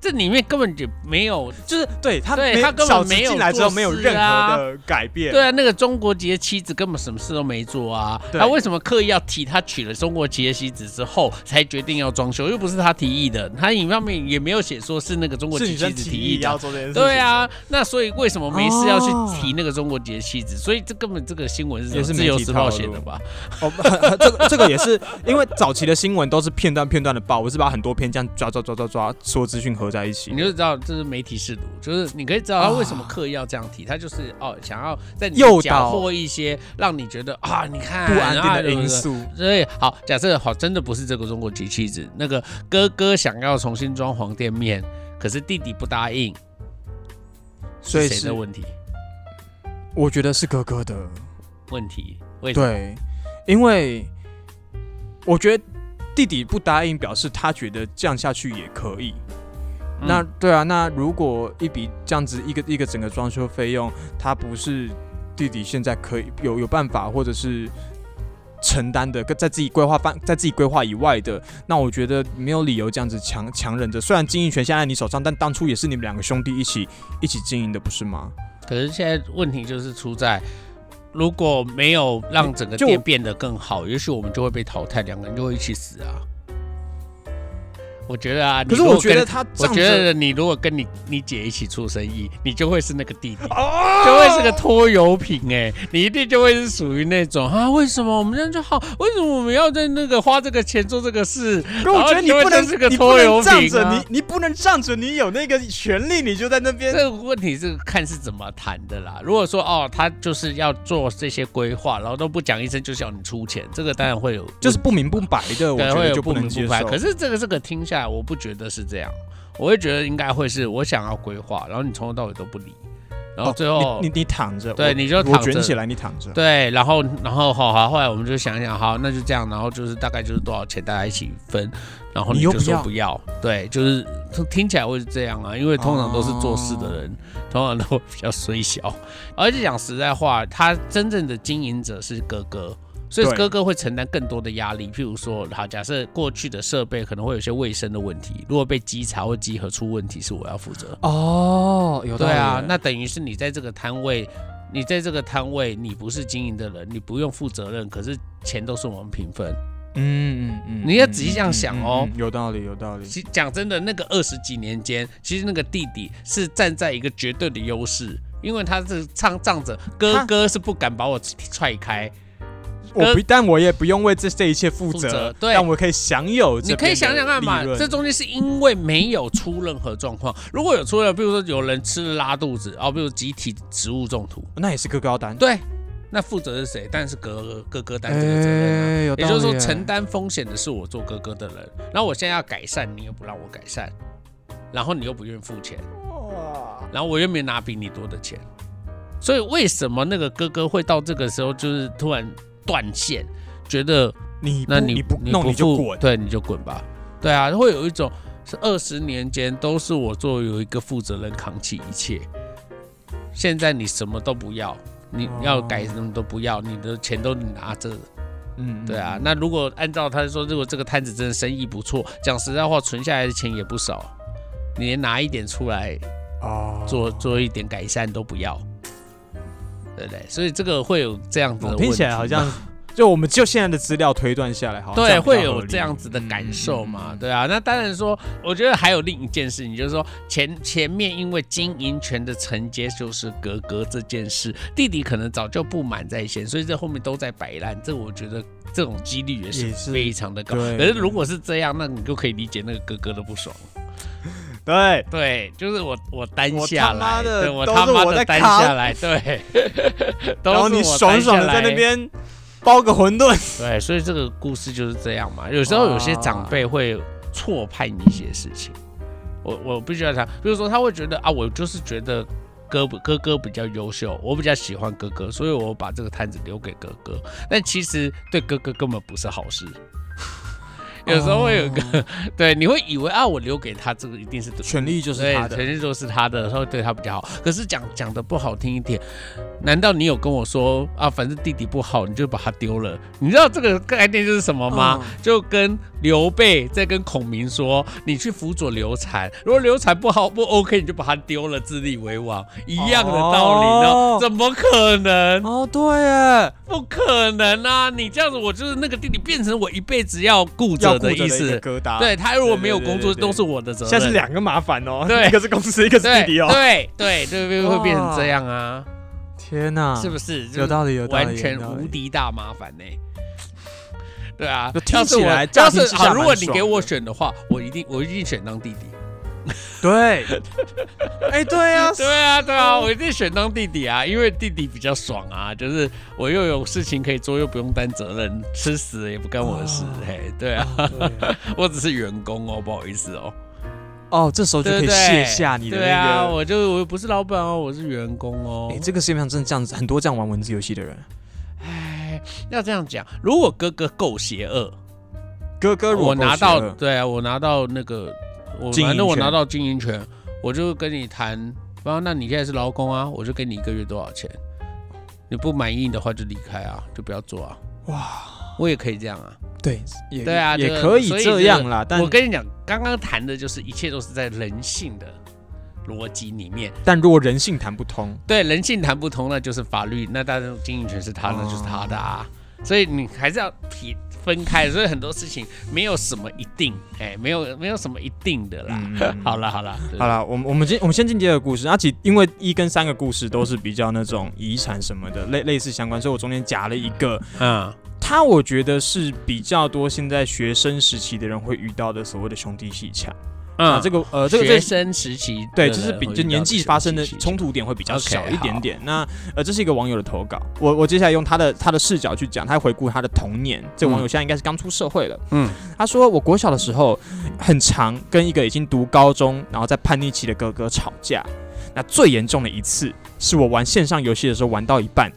Speaker 3: 这里面根本就没有。
Speaker 1: 就是对他
Speaker 3: 对
Speaker 1: 没
Speaker 3: 他根本
Speaker 1: 嫂子
Speaker 3: 没有
Speaker 1: 进来之后
Speaker 3: 做
Speaker 1: 没有任
Speaker 3: 事啊
Speaker 1: 何的改变。
Speaker 3: 对啊，那个中国籍的妻子根本什么事都没做啊！
Speaker 1: 对
Speaker 3: 他为什么刻意要提他娶了中国籍的妻子之后才决定要装修？又不是他提议的，他一方面也没有写说是那个中国
Speaker 1: 是
Speaker 3: 籍
Speaker 1: 女
Speaker 3: 妻
Speaker 1: 生
Speaker 3: 子
Speaker 1: 提
Speaker 3: 提议
Speaker 1: 议
Speaker 3: 的啊
Speaker 1: 要。做这件事情。
Speaker 3: 对，啊，那所以为什么没事要去
Speaker 1: 哦
Speaker 3: 提那个中国籍的妻子？所以这根本这个新闻是什么
Speaker 1: 也是媒
Speaker 3: 自由
Speaker 1: 体
Speaker 3: 时
Speaker 1: 套
Speaker 3: 报
Speaker 1: 路
Speaker 3: 写的吧？
Speaker 1: 哦， 很很这个这个也是因为早期的新闻都是片段片段的报，我是把很多篇这样抓抓抓抓抓，所有资讯合在一起
Speaker 3: 你。就知道这是媒体试读，就是你可以知道他为什么刻意要这样提，他就是哦想要在你
Speaker 1: 诱导
Speaker 3: 缴获一些让你觉得啊，你看
Speaker 1: 不安定
Speaker 3: 啊
Speaker 1: 的因。
Speaker 3: 对对对
Speaker 1: 素，
Speaker 3: 所以好，假设好真的不是这个中国籍妻子，那个哥哥想要重新装潢店面，可是弟弟不答应，
Speaker 1: 所以
Speaker 3: 是谁
Speaker 1: 是
Speaker 3: 的问题？
Speaker 1: 我觉得是哥哥的，
Speaker 3: 问题为什么？
Speaker 1: 对，因为我觉得弟弟不答应，表示他觉得这样下去也可以。
Speaker 3: 嗯
Speaker 1: 那对啊，那如果一笔这样子一个一个整个装修费用，他不是弟弟现在可以有有办法，或者是承担的，跟在自己规划范在自己规划以外的，那我觉得没有理由这样子强强忍着。虽然经营权现在在你手上，但当初也是你们两个兄弟一起一起经营的，不是吗？
Speaker 3: 可是现在问题就是出在。如果没有让整个
Speaker 1: 就
Speaker 3: 店变得更好，也许我们就会被淘汰，两个人就会一起死啊！我觉得啊，
Speaker 1: 可是
Speaker 3: 你如
Speaker 1: 我
Speaker 3: 果
Speaker 1: 觉得
Speaker 3: 跟
Speaker 1: 他，
Speaker 3: 我觉得你如果跟你你姐一起做生意，你就会是那个弟弟，
Speaker 1: 哦
Speaker 3: 就会是个拖油瓶哎、你一定就会是属于那种啊，为什么我们这样就好？为什么我们要在那个花这个钱做这个事？
Speaker 1: 可我觉得你不
Speaker 3: 然后就
Speaker 1: 能
Speaker 3: 会是个
Speaker 1: 你不
Speaker 3: 拖油
Speaker 1: 能
Speaker 3: 瓶
Speaker 1: 仗
Speaker 3: 啊
Speaker 1: 着你你不能仗着你有那个权利，你就在那边
Speaker 3: 这个问题是看是怎么谈的啦。如果说哦，他就是要做这些规划，然后都不讲一声就叫你出钱，这个当然会有，
Speaker 1: 就是不明不白的，我
Speaker 3: 对
Speaker 1: 觉
Speaker 3: 会
Speaker 1: 得
Speaker 3: 有
Speaker 1: 就
Speaker 3: 不
Speaker 1: 能
Speaker 3: 明
Speaker 1: 接
Speaker 3: 不
Speaker 1: 受。
Speaker 3: 白。可是这个这个听下来，我不觉得是这样，我会觉得应该会是我想要规划，然后你从头到尾都不理，然后最后、
Speaker 1: 哦你你你躺着，
Speaker 3: 对
Speaker 1: 我
Speaker 3: 你就
Speaker 1: 我
Speaker 3: 躺
Speaker 1: 卷起
Speaker 3: 着。
Speaker 1: 来，你躺着。
Speaker 3: 对，然后，然后，好，好，后来我们就想一想，好，那就这样，然后就是大概就是多少钱，大家一起分，然后
Speaker 1: 你
Speaker 3: 你
Speaker 1: 又
Speaker 3: 就
Speaker 1: 不
Speaker 3: 说
Speaker 1: 要
Speaker 3: 不要，对，就是听起来会是这样啊，因为通常都是做事的人，
Speaker 1: 嗯
Speaker 3: 通常都比较衰小，而且讲实在话，他真正的经营者是哥哥。所以
Speaker 1: 对
Speaker 3: 哥哥会承担更多的压力，譬如说，好，假设过去的设备可能会有一些卫生的问题，如果被稽查或稽核出问题，是我要负责。
Speaker 1: 哦，有
Speaker 3: 对啊，那等于是你在这个摊位，你在这个摊位，你不是经营的人，你不用负责任，可是钱都是我们平分。
Speaker 1: 嗯嗯嗯
Speaker 3: 你要仔细这样想哦
Speaker 1: 有道理，有道理。
Speaker 3: 其讲真的，那个二十几年间，其实那个弟弟是站在一个绝对的优势。因为他是唱仗着哥
Speaker 1: 他
Speaker 3: 哥是不敢把我踹开，
Speaker 1: 我不，但我也不用为这这一切负
Speaker 3: 负责
Speaker 1: 责，
Speaker 3: 对
Speaker 1: 但我可以享有这
Speaker 3: 你
Speaker 1: 边的
Speaker 3: 可
Speaker 1: 利润。
Speaker 3: 以想想看嘛，这中间是因为没有出任何状况。如果有出了，比如说有人吃了拉肚子，哦，比如集体食物中毒，
Speaker 1: 那也是个高单。
Speaker 3: 对，那负责是谁？当然是哥哥哥哥担这个责任啊。
Speaker 1: 哎，有道
Speaker 3: 也
Speaker 1: 理
Speaker 3: 就是说，
Speaker 1: 耶
Speaker 3: 承担风险的是我做哥哥的人，然后我现在要改善，你又不让我改善，然后你又不愿意付钱，
Speaker 1: 哇
Speaker 3: 然后我又没拿比你多的钱，所以为什么那个哥哥会到这个时候就是突然断线，觉得
Speaker 1: 你
Speaker 3: 那
Speaker 1: 不你不弄
Speaker 3: 你
Speaker 1: 你就
Speaker 3: 付
Speaker 1: 滚。
Speaker 3: 对，你就滚吧，对啊，会有一种是二十年间都是我做有一个负责人扛起一切，现在你什么都不要，你
Speaker 1: 哦
Speaker 3: 要改什么都不要，你的钱都你拿着。
Speaker 1: 嗯，
Speaker 3: 对啊
Speaker 1: 嗯，，
Speaker 3: 那如果按照他说，如果这个摊子真的生意不错，讲实在话，存下来的钱也不少，你连拿一点出来
Speaker 1: 哦，
Speaker 3: 做做一点改善都不要，对不对？所以这个会有这样子的
Speaker 1: 哦听起来
Speaker 3: 问题
Speaker 1: 好
Speaker 3: 嘛
Speaker 1: 像就我们就现在的资料推断下来，好像
Speaker 3: 对，
Speaker 1: 样比较
Speaker 3: 会有
Speaker 1: 合理
Speaker 3: 这样子的感受嘛？
Speaker 1: 嗯嗯嗯嗯
Speaker 3: 对啊，那当然说，我觉得还有另一件事情，就是说前前面因为经营权的承接就是格格这件事，弟弟可能早就不满在先，所以这后面都在摆烂，这我觉得这种几率也是
Speaker 1: 也是
Speaker 3: 非常的高。
Speaker 1: 对
Speaker 3: 可是如果是这样，那你就可以理解那个哥哥的不爽。
Speaker 1: 对，
Speaker 3: 对，就是我我单
Speaker 1: 我
Speaker 3: 下
Speaker 1: 他妈
Speaker 3: 来，
Speaker 1: 的
Speaker 3: 对我
Speaker 1: 都
Speaker 3: 他
Speaker 1: 是
Speaker 3: 妈
Speaker 1: 我
Speaker 3: 的
Speaker 1: 在
Speaker 3: 单
Speaker 1: 扛
Speaker 3: 下来， 对，都
Speaker 1: 然后
Speaker 3: 是
Speaker 1: 你
Speaker 3: 我
Speaker 1: 爽
Speaker 3: 单
Speaker 1: 爽的
Speaker 3: 下
Speaker 1: 在那
Speaker 3: 来
Speaker 1: 边包个馄饨，
Speaker 3: 对，所以这个故事就是这样嘛。有时候有些长辈会错判一些事情，我我必须要讲，比如说他会觉得啊，我就是觉得哥哥哥比较优秀，我比较喜欢哥哥，所以我把这个摊子留给哥哥。但其实对哥哥根本不是好事。 有时候会有一个、对，你会以为啊，我留给他这个一定是对
Speaker 1: 权力就是他
Speaker 3: 对，
Speaker 1: 的，
Speaker 3: 全力都是他的，他会对他比较好。可是讲讲的不好听一点，难道你有跟我说啊？反正弟弟不好，你就把他丢了？你知道这个概念就是什么吗？
Speaker 1: 嗯
Speaker 3: 就跟刘备在跟孔明说，你去辅佐刘禅，如果刘禅不好不 OK，你就把他丢了，自立为王，一样的道理呢？
Speaker 1: 哦
Speaker 3: 怎么可能？
Speaker 1: 哦，对耶，
Speaker 3: 不可能啊！你这样子，我就是那个弟弟变成我一辈子要
Speaker 1: 要
Speaker 3: 顾着
Speaker 1: 顾着
Speaker 3: 的
Speaker 1: 的
Speaker 3: 意
Speaker 1: 一个
Speaker 3: 思。
Speaker 1: 疙瘩，
Speaker 3: 对他如果没有
Speaker 1: 对对对
Speaker 3: 工作，
Speaker 1: 对对
Speaker 3: 都是我的责任。
Speaker 1: 现在是两个麻烦哦，
Speaker 3: 对
Speaker 1: 一个是公司，一 个是
Speaker 3: 对
Speaker 1: 弟弟哦。
Speaker 3: 对对对对，会变成这样啊，
Speaker 1: 天哪，
Speaker 3: 是不是？就是
Speaker 1: 有道理，有道理，
Speaker 3: 完全
Speaker 1: 有道理
Speaker 3: 无。敌大麻烦呢、对啊
Speaker 1: 就，听
Speaker 3: 要是
Speaker 1: 起来
Speaker 3: 我
Speaker 1: 乍
Speaker 3: 要
Speaker 1: 听之
Speaker 3: 是
Speaker 1: 下
Speaker 3: 好，如果
Speaker 1: 蛮
Speaker 3: 你
Speaker 1: 爽
Speaker 3: 给我
Speaker 1: 的
Speaker 3: 选的话，我一定我一定选当弟弟。
Speaker 1: 对，哎，对啊，
Speaker 3: 对啊，对啊，我一定选当弟弟啊，因为弟弟比较爽啊，就是我又有事情可以做，又不用担责任，吃屎也不干我的事
Speaker 1: 哦。
Speaker 3: 嘿，对啊，
Speaker 1: 对
Speaker 3: 我只是员工哦，不好意思哦。
Speaker 1: 哦，这时候就
Speaker 3: 对
Speaker 1: 可
Speaker 3: 不
Speaker 1: 以
Speaker 3: 对
Speaker 1: 卸下你的
Speaker 3: 对啊，
Speaker 1: 那个。
Speaker 3: 我就我不是老板哦，我是员工哦。
Speaker 1: 哎，这个世界上真的这样子，很多这样玩文字游戏的人。
Speaker 3: 哎，要这样讲，如果哥哥够邪恶，
Speaker 1: 哥哥，
Speaker 3: 我拿到对啊，我拿到那个，我
Speaker 1: 经营
Speaker 3: 反正我
Speaker 1: 权
Speaker 3: 拿到经营权，我就跟你谈，然后那你现在是劳工啊，我就给你一个月多少钱，你不满意的话就离开啊，就不要做啊，
Speaker 1: 哇，
Speaker 3: 我也可以这样啊。
Speaker 1: 对，也
Speaker 3: 对啊这
Speaker 1: 也
Speaker 3: 个
Speaker 1: 可以
Speaker 3: 所以
Speaker 1: 这样啦，但
Speaker 3: 我跟你讲，刚刚谈的就是一切都是在人性的逻辑里面，
Speaker 1: 但如果人性谈不通，
Speaker 3: 对人性谈不
Speaker 1: 哦
Speaker 3: 通，那就是法律，那当然经营权是他，那就是他的啊。所以你还是要撇分开，所以很多事情没有什么一定，哎，没有没有什么一定的啦。 好了好了
Speaker 1: 嗯好了，我们我们今我们先进第二个故事，而且因为一跟三个故事都是比较那种遗产什么的类类似相关，所以我中间夹了一个，嗯。他我觉得是比较多现在学生时期的人会遇到的所谓的兄弟戏强。啊，这个呃，这个
Speaker 3: 学生时期
Speaker 1: 对，就是比就年纪发生的冲突点会比较小一点点。那呃，这是一个网友的投稿，我我接下来用他的他的视角去讲，他回顾他的童年。这网友现在应该是刚出社会了，嗯，他说我国小的时候很常跟一个已经读高中然后在叛逆期的哥哥吵架。那最严重的一次是我玩线上游戏的时候玩到一半。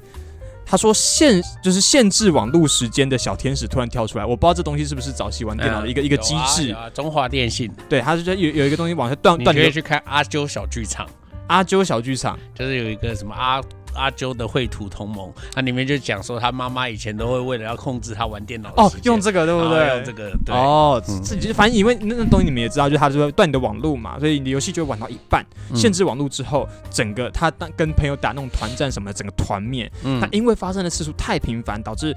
Speaker 1: 他说限就是限制网络时间的小天使突然跳出来，我不知道这东西是不是早期玩电脑的一个、嗯、一个机制。
Speaker 3: 哎啊啊、中华电信
Speaker 1: 对，他是有有一个东西往下断断。
Speaker 3: 你可以去看阿啾小剧场，
Speaker 1: 阿啾小剧场
Speaker 3: 就是有一个什么阿。阿啾的绘图同盟，它里面就讲说，他妈妈以前都会为了要控制他玩电脑
Speaker 1: 哦，用这个对不对？
Speaker 3: 啊用这个对
Speaker 1: 哦，自己、嗯、反正因为那那东西你们也知道，就是它就断你的网络嘛，所以你的游戏就会玩到一半，嗯、限制网络之后，整个他当跟朋友打那种团战什么的，整个团灭。嗯，但因为发生的次数太频繁，导致。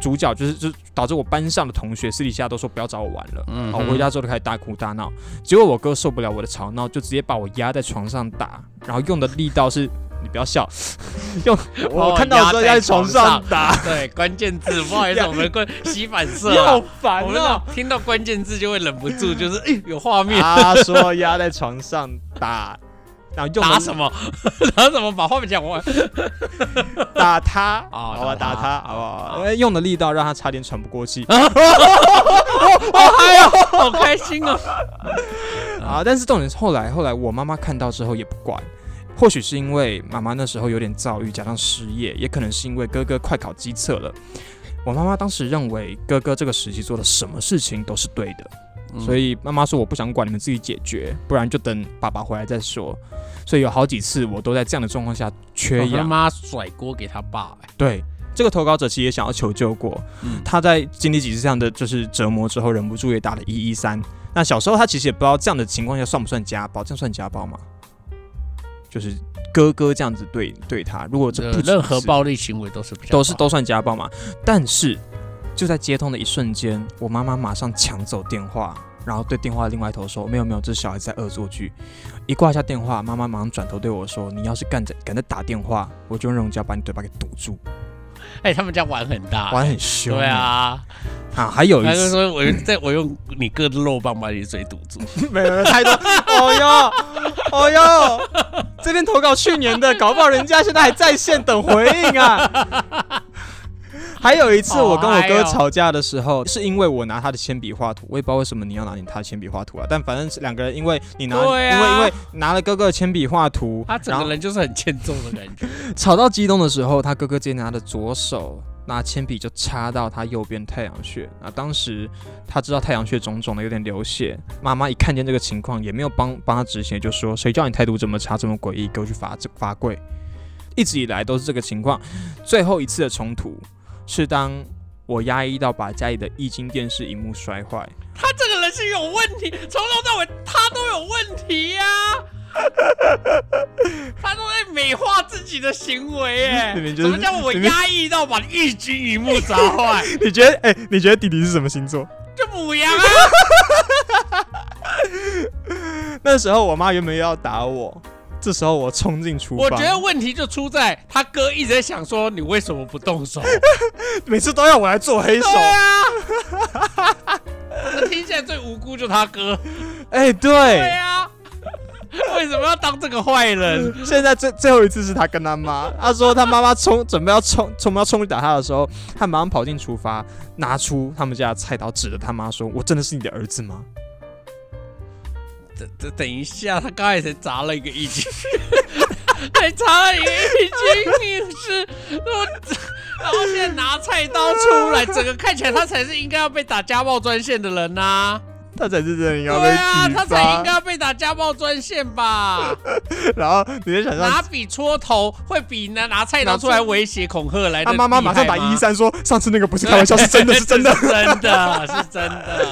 Speaker 1: 主角就是就导致我班上的同学私底下都说不要找我玩了，嗯，我回家之后就开始大哭大闹，结果我哥受不了我的吵闹，就直接把我压在床上打，然后用的力道是，你不要笑， 用我看到之后压在床上打，
Speaker 3: 对，关键字不好意思，我们关洗反 射，啊
Speaker 1: 要烦啊
Speaker 3: 哦，听到关键字就会忍不住 就是哎有画面，
Speaker 1: 他说压在床上 打，然后用
Speaker 3: 打什么， 打什么把画面讲完。
Speaker 1: 打他
Speaker 3: 啊！
Speaker 1: 我打他好不好？用的力道让他差点喘不过 气。
Speaker 3: 我嗨啊呀， 哦好开心哦！
Speaker 1: 啊，但是重点是后来，后来我妈妈看到之后也不管，或许是因为妈妈那时候有点躁郁，加上失业，也可能是因为哥哥快考机测了。我妈妈当时认为哥哥这个时期做的什么事情都是对的。
Speaker 3: 嗯
Speaker 1: 所以妈妈说我不想管你们自己解决，不然就等爸爸回来再说。所以有好几次我都在这样的状况下缺氧。
Speaker 3: 妈妈甩锅给他爸、欸。
Speaker 1: 对，这个投稿者其实也想要求救过。嗯、他在经历几次这样的就是折磨之后，忍不住也打了一一三。那小时候他其实也不知道这样的情况下算不算家暴，这样算家暴吗？就是哥哥这样子对对他，如果这不
Speaker 3: 呃任何暴力行为都是
Speaker 1: 都是都算家暴嘛？但是。就在接通的一瞬间，我妈妈马上抢走电话，然后对电话另外一头说：“没有没有，这小孩在恶作剧。”一挂下电话，妈妈马上转头对我说：“你要是敢再敢再打电话，我就用熔胶把你嘴巴给堵住。”
Speaker 3: 哎、欸，他们家玩很大、欸，
Speaker 1: 玩很凶、
Speaker 3: 欸。对啊，
Speaker 1: 啊，还有一次，他
Speaker 3: 就说我在我用你哥的肉棒把你嘴堵 住，
Speaker 1: 没有太多。哦哟，哦哟，这边投稿去年的，搞不好人家现在还在线等回应啊。还有一
Speaker 3: 哦
Speaker 1: 次，我跟我
Speaker 3: 哎
Speaker 1: 哥吵架的时候，是因为我拿他的铅笔画图，我也不知道为什么你要拿你他的铅笔画图啊。但反正两个人，因为你拿，因为因为拿了哥哥的铅笔画图，
Speaker 3: 啊他整个人就是很欠揍的感觉。
Speaker 1: 吵到激动的时候，他哥哥直接拿着左手拿铅笔就插到他右边太阳穴啊。当时他知道太阳穴肿肿的，有点流血。妈妈一看见这个情况，也没有帮帮他止血，就说：“谁叫你态度这么差，这么诡异，给我去罚罚跪。”一直以来都是这个情况。最后一次的冲突。是当我压抑到把家里的液晶电视荧幕摔坏，
Speaker 3: 他这个人是有问题，从头到尾他都有问题 呀、啊，他都在美化自己的行为哎、欸，
Speaker 1: 就是、怎
Speaker 3: 么叫我压抑到把液晶荧幕砸坏？
Speaker 1: 你觉得哎、欸？你觉得弟弟是什么星座？
Speaker 3: 就 母羊啊！
Speaker 1: 那时候我妈原本要打我。这时候我冲进厨房，
Speaker 3: 我觉得问题就出在他哥一直在想说你为什么不动 手，
Speaker 1: 每次都要我来做 黑手。
Speaker 3: 对啊，我听起来最无辜就他哥。
Speaker 1: 哎、欸，对。对
Speaker 3: 啊，为什么要当这个坏人？
Speaker 1: 现在最最后一次是他跟他妈， 他说他妈妈冲准备要冲准备要冲去打他的时候，他马上跑进厨房，拿出他们家的菜刀指着他妈说：“我真的是你的儿子吗？”
Speaker 3: 等等一下，他刚才才砸了一个一斤，还砸了一个一斤，你是我，然后现在拿菜刀出来，整个看起来他才是应该要被打家暴专线的人呐、啊，
Speaker 1: 他才是真的应该
Speaker 3: 对啊，他才应该要被打家暴专线吧？
Speaker 1: 然后你就想
Speaker 3: 拿笔戳头会比拿拿菜刀出来威胁恐吓来的，
Speaker 1: 他妈妈马上打一三说，上次那个不是开玩笑，是真 的是真的
Speaker 3: 是真的是 真的。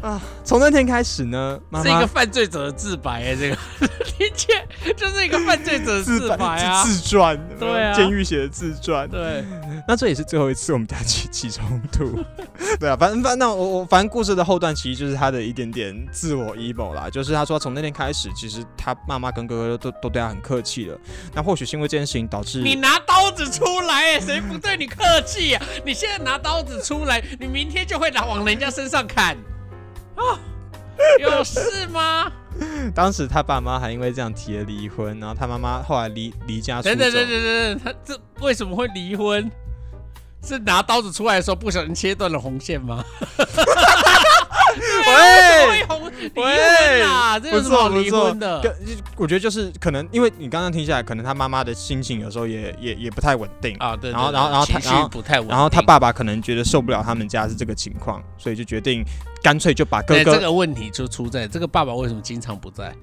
Speaker 1: 啊！从那天开始呢，媽媽
Speaker 3: 是一个犯罪者的自白哎、欸，这个 的确就是一个犯罪者自白啊，
Speaker 1: 自传，
Speaker 3: 对啊，
Speaker 1: 监狱写的自传。
Speaker 3: 对，
Speaker 1: 那那这也是最后一次我们俩起起冲突。 对啊，反正反正那我我反正故事的后段其实就是他的一点点自我 emo 啦，就是他说从那天开始，其实他妈妈跟哥哥都都对他很客气了。那或许是因为这件事情导致
Speaker 3: 你拿刀子出来，谁不对你客气呀、啊？你现在拿刀子出来，你明天就会拿往人家身上砍啊？有事吗？
Speaker 1: 当时他爸妈还因为这样提了离婚，然后他妈妈后来离离家出
Speaker 3: 走。等等等等等等，他这为什么会离婚？是拿刀子出来的时候不小心切断了红线吗？哎
Speaker 1: 喂
Speaker 3: 红离婚啊，这有什么离婚的？
Speaker 1: 我觉得就是可能，因为你刚刚听下来，可能他妈妈的心情有时候也也也不太稳定
Speaker 3: 啊。对,對,
Speaker 1: 然
Speaker 3: 對，
Speaker 1: 后然后然后
Speaker 3: 情绪不太稳，
Speaker 1: 然后他爸爸可能觉得受不了他们家是这个情况，所以就决定干脆就把哥哥、欸。
Speaker 3: 哎这个问题就出在这个爸爸为什么经常不在？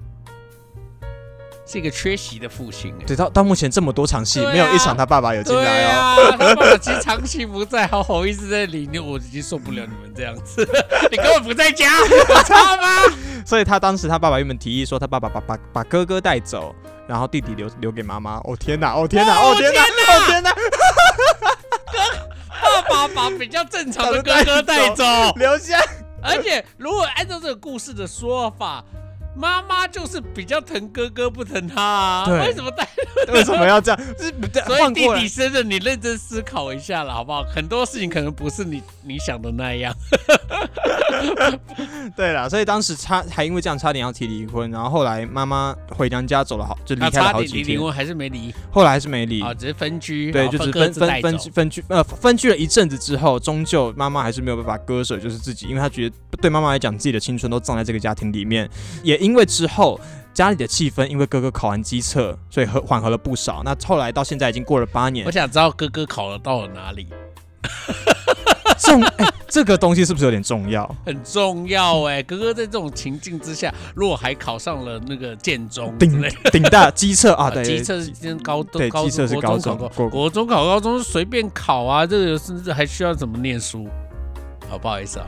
Speaker 3: 是一个缺席的父亲、欸。
Speaker 1: 对，到到目前这么多场戏、啊，没有一场他爸爸有进来
Speaker 3: 哦。啊、他爸爸其实长期不在，好好一直在里面，我已经受不了你们这样子， 你根本不在家，我操吗？
Speaker 1: 所以他当时他爸爸原本提议说，他爸爸把把把哥哥带走，然后弟弟留留给妈妈。哦天哪！哦天哪！哦天哪！哦天哪！
Speaker 3: 哥，爸爸把比较正常的哥哥带走，
Speaker 1: 留下。
Speaker 3: 而且如果按照这个故事的说法。妈妈就是比较疼哥哥，不疼他啊？为什么带？
Speaker 1: 为什么要这样？
Speaker 3: 所以弟弟生的，你认真思考一下了，好不好？很多事情可能不是你你想的那样。
Speaker 1: 对了，所以当时差还因为这样差点要提离婚，然后后来妈妈回娘家走了好，就离开了好几
Speaker 3: 天。离离婚还是没离？
Speaker 1: 后来还是没离
Speaker 3: 啊、哦，只是分居。
Speaker 1: 对，就是分分分分居呃分居了一阵子之后，终究妈妈还是没有办法割舍，就是自己，因为她觉得对妈妈来讲，自己的青春都葬在这个家庭里面，也因。因为之后家里的气氛，因为哥哥考完机测，所以和缓和了不少。那后来到现在已经过了八年，
Speaker 3: 我想知道哥哥考了到了哪里。
Speaker 1: 重哎、欸，这个东西是不是有点重要？
Speaker 3: 很重要哎、欸，哥哥在这种情境之下，如果还考上了那个建中
Speaker 1: 顶顶大机测 啊，对，
Speaker 3: 机测是高
Speaker 1: 对，机测是高中，
Speaker 3: 国中考高中随便考啊，这个甚至还需要怎么念书？好，不好意思啊。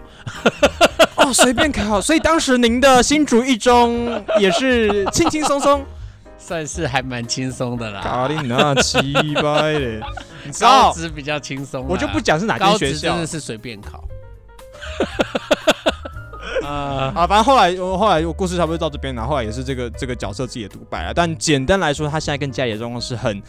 Speaker 1: 哦，随便考，所以当时您的新竹一中也是轻轻松 松，
Speaker 3: 算是还蛮轻松的啦。
Speaker 1: 咖喱那七百嘞，你知
Speaker 3: 啊道高职比较轻松，
Speaker 1: 我就不讲是哪间学校，
Speaker 3: 真的是随便考。
Speaker 1: 啊呃、啊！反正后来，我后来我故事差不多到这边，然后后来也是这个这个角色自己的独白了。但简单来说，他现在跟家里的状况是很。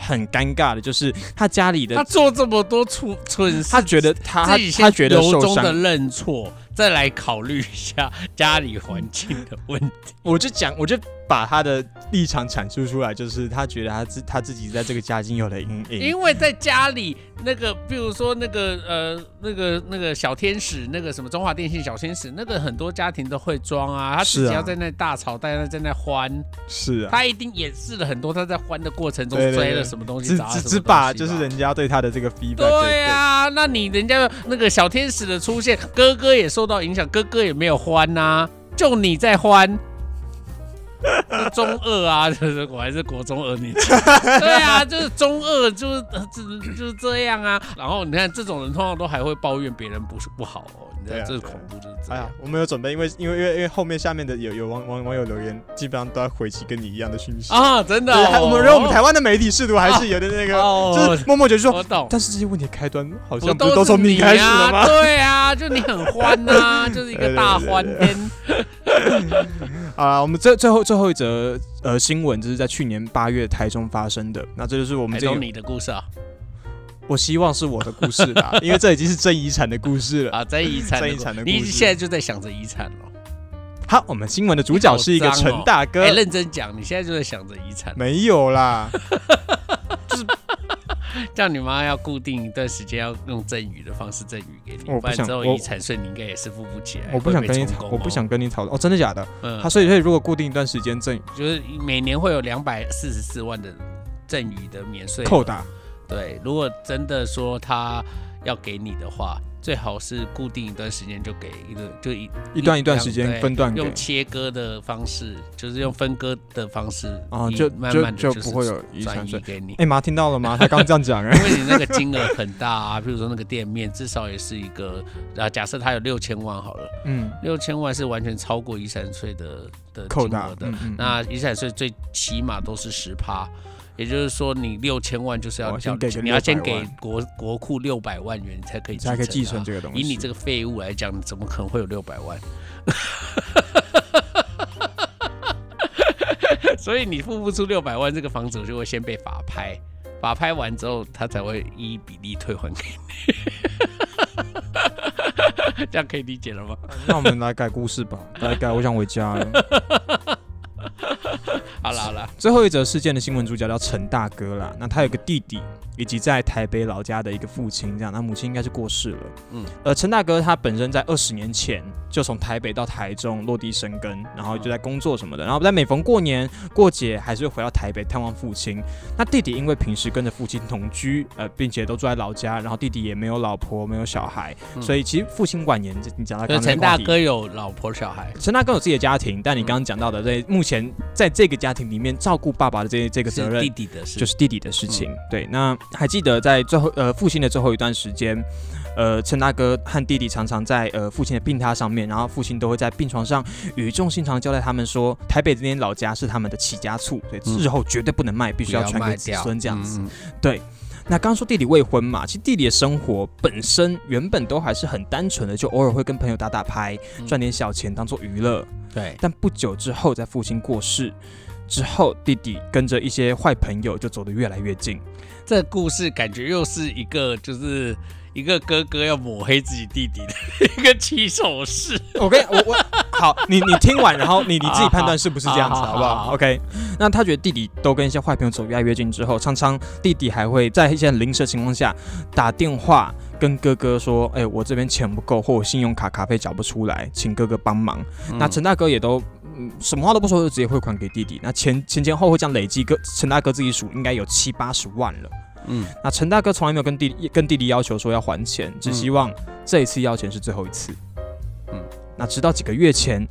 Speaker 1: 很尴尬的，就是他家里的
Speaker 3: 他做这么多蠢蠢事，
Speaker 1: 他觉得他他觉得
Speaker 3: 由衷的认错，再来考虑一下家里环境的问题。
Speaker 1: 我就讲，我就把他的立场阐述出来，就是他觉得他自他自己在这个家已经有了阴影，
Speaker 3: 因为在家里那个，比如说那个呃那个那个小天使，那个什么中华电信小天使，那个很多家庭都会装啊，他自己要在那大吵，大家在那欢，
Speaker 1: 是啊，
Speaker 3: 他一定演示了很多他在欢的过程中追了。什么东西？
Speaker 1: 只只只把就是人家对他的这个 feedback
Speaker 3: 对。对啊，那你人家那个小天使的出现，哥哥也受到影响，哥哥也没有欢呐、啊，就你在欢。中二啊， 就是我还是国中 二年级。对啊，就是中二，就是就是就是这样啊。然后你看这种人通常都还会抱怨别人不是不好哦，你知道、啊、这恐怖就是这样。哎呀，
Speaker 1: 我们有准备，因为因为因为因为后面下面的有有网网网友留言，基本上都在回击跟你一样的讯息
Speaker 3: 啊，真的、哦。
Speaker 1: 哎
Speaker 3: 哦
Speaker 1: 我们觉得我们台湾的媒体试图还是有的那个，啊、就是默默觉得说，
Speaker 3: 我懂。
Speaker 1: 但是这些问题开端好像不都从你开始了吗？
Speaker 3: 啊对啊，就你很欢呐，就是一个大欢天。
Speaker 1: 啊我们最最后最后一则呃新闻，这是在去年八月台中发生的。那这就是我们这
Speaker 3: 你的故事啊。
Speaker 1: 我希望是我的故事 啦，因为这已经是争遗产的故事了
Speaker 3: 啊，争遗产，
Speaker 1: 争遗产的故
Speaker 3: 事。你现在就在想着遗产了。
Speaker 1: 好，我们新闻的主角是一个陈大哥。
Speaker 3: 哎、哦欸，认真讲，你现在就在想着遗产？
Speaker 1: 没有啦，
Speaker 3: 就是叫你妈要固定一段时间要用赠与的方式赠与给你，
Speaker 1: 我
Speaker 3: 不然之后遗产税你应该也是付不起来。
Speaker 1: 我不想跟你
Speaker 3: 吵、哦，
Speaker 1: 我不想跟你吵哦，真的假的？嗯，他、啊、所以所以如果固定一段时间赠，
Speaker 3: 就是每年会有两百四十四万的赠与的免税
Speaker 1: 扣打。
Speaker 3: 对，如果真的说他要给你的话，最好是固定一段时间就给一个，就一
Speaker 1: 一段一段时间分段
Speaker 3: 用切割的方式，就是用分割的方式
Speaker 1: 啊，就
Speaker 3: 慢慢
Speaker 1: 就不会有遗产税
Speaker 3: 给你。
Speaker 1: 哎、欸、妈，听到 了吗？他刚这样讲、欸，
Speaker 3: 因为你那个金额很大啊，比如说那个店面至少也是一个啊，假设他有六千万好了，嗯，六千万是完全超过遗产税的的
Speaker 1: 扣嗯
Speaker 3: 的，嗯嗯那遗产税最起码都是十趴。也就是说你六千万就是要
Speaker 1: 我先
Speaker 3: 缴
Speaker 1: 给个
Speaker 3: 你要先
Speaker 1: 600
Speaker 3: 给
Speaker 1: 万
Speaker 3: 国国库六百万元才可以
Speaker 1: 才可以
Speaker 3: 继
Speaker 1: 继承
Speaker 3: 啊
Speaker 1: 这个东西。
Speaker 3: 以你这个废物来讲，你怎么可能会有六百万？ 所以你付不出六百万，这个房主就会先被法拍，法拍完之后，他才会依比例退还给你。 这样可以理解了吗？
Speaker 1: 那我们来改故事吧，来改，我想回家了。
Speaker 3: 好了好了，
Speaker 1: 最后一则事件的新闻主角叫陈大哥啦，那他有个弟弟，以及在台北老家的一个父亲，这样，那母亲应该是过世了。嗯
Speaker 3: 嗯，
Speaker 1: 呃，陈大哥他本身在二十年前就从台北到台中落地生根，然后
Speaker 3: 嗯
Speaker 1: 就在工作什么的，然后在每逢过年过节还是会回到台北探望父亲。那弟弟因为平时跟着父亲同居，呃，并且都住在老家，然后弟弟也没有老婆，没有小孩，
Speaker 3: 嗯
Speaker 1: 所以其实父亲晚年，这你讲到
Speaker 3: 就
Speaker 1: 刚
Speaker 3: 是
Speaker 1: 刚那
Speaker 3: 陈
Speaker 1: 个
Speaker 3: 大
Speaker 1: 话题
Speaker 3: 哥有老婆小孩，
Speaker 1: 陈大哥有自己的家庭，但你刚刚讲到的，在目前在这个家庭里面照顾爸爸的这这个责
Speaker 3: 嗯是弟嗯
Speaker 1: 任，
Speaker 3: 弟的事，
Speaker 1: 就是弟弟的事情。对，那还记得在最后呃父亲的最后一段时间，呃陈大哥和弟弟常常在呃父亲的病榻上面，然后父亲都会在病床上语重心长交代他们说，台北这间老家是他们的起家处，所以
Speaker 3: 嗯
Speaker 1: 日后绝对不能卖，必须要
Speaker 3: 不
Speaker 1: 传
Speaker 3: 卖
Speaker 1: 给子
Speaker 3: 掉
Speaker 1: 孙这样子。
Speaker 3: 嗯嗯
Speaker 1: 那刚刚说弟弟未婚嘛，其实弟弟的生活本身原本都还是很单纯的，就偶尔会跟朋友打打牌，
Speaker 3: 嗯
Speaker 1: 赚点小钱当做娱乐。
Speaker 3: 对，
Speaker 1: 但不久之后，在父亲过世之后，弟弟跟着一些坏朋友就走得越来越近。
Speaker 3: 这故事感觉又是一个就是一个哥哥要抹黑自己弟弟的一个起手式。
Speaker 1: 我跟你我我好，你你听完，然后你你自己判断是不是这样子，
Speaker 3: 啊好
Speaker 1: 好
Speaker 3: 好
Speaker 1: 不
Speaker 3: 好
Speaker 1: 好
Speaker 3: 好
Speaker 1: ？OK。那他觉得弟弟都跟一些坏朋友走越来越近之后，常常弟弟还会在一些很临时的情况下打电话跟哥哥说：“哎、我这边钱不够，或我信用卡卡费缴不出来，请哥哥帮忙。”那陈大哥也都。嗯，什么话都不说，就直接汇款给弟弟。那前前前后后这样累积，哥陈大哥自己数应该有七八十万了。
Speaker 3: 嗯，
Speaker 1: 那陈大哥从来没有跟弟弟跟弟弟要求说要还钱，只希望这一次要钱是最后一次。嗯
Speaker 3: 嗯，
Speaker 1: 那直到几个月前，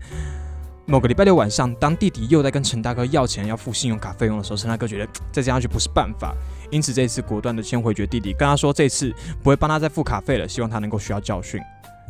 Speaker 1: 某个礼拜六晚上，当弟弟又在跟陈大哥要钱要付信用卡费用的时候，陈大哥觉得嘖再这样下去不是办法，因此这一次果断的先回绝弟弟，跟他说这次不会帮他再付卡费了，希望他能够学到教训。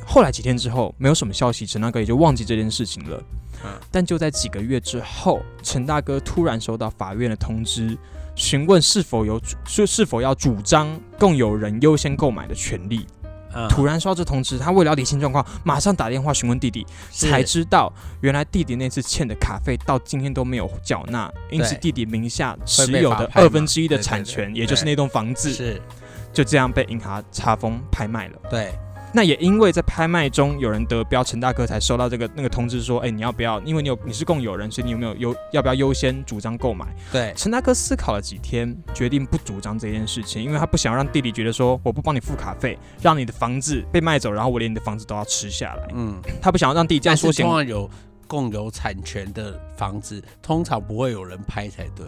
Speaker 1: 后来几天之后，没有什么消息，陈大哥也就忘记这件事情了。
Speaker 3: 嗯
Speaker 1: 但就在几个月之后，陈大哥突然收到法院的通知，询问是否有主是是否要主张共有人优先购买的权利。
Speaker 3: 嗯
Speaker 1: 突然收到这通知，他为了要理清状况，马上打电话询问弟弟，才知道原来弟弟那次欠的卡费到今天都没有缴纳，因此弟
Speaker 3: 对
Speaker 1: 弟名下持
Speaker 3: 会被
Speaker 1: 有
Speaker 3: 法
Speaker 1: 的
Speaker 3: 拍
Speaker 1: 二
Speaker 3: 嘛
Speaker 1: 分之一的
Speaker 3: 对对
Speaker 1: 产
Speaker 3: 对
Speaker 1: 权，也就是
Speaker 3: 对
Speaker 1: 那栋房子，
Speaker 3: 是
Speaker 1: 就这样被银行查封拍卖了。
Speaker 3: 对，
Speaker 1: 那也因为在拍卖中有人得标，陈大哥才收到这个那个通知说，哎，你要不要？因为你有你是共有人，所以你有没有优要不要优先主张购买？
Speaker 3: 对，
Speaker 1: 陈大哥思考了几天，决定不主张这件事情，因为他不想让弟弟觉得说我不帮你付卡费，让你的房子被卖走，然后我连你的房子都要吃下来。
Speaker 3: 嗯，
Speaker 1: 他不想让弟弟这
Speaker 3: 但
Speaker 1: 样
Speaker 3: 是
Speaker 1: 说
Speaker 3: 通
Speaker 1: 嫌
Speaker 3: 常有共有产权的房子，通常不会有人拍才对，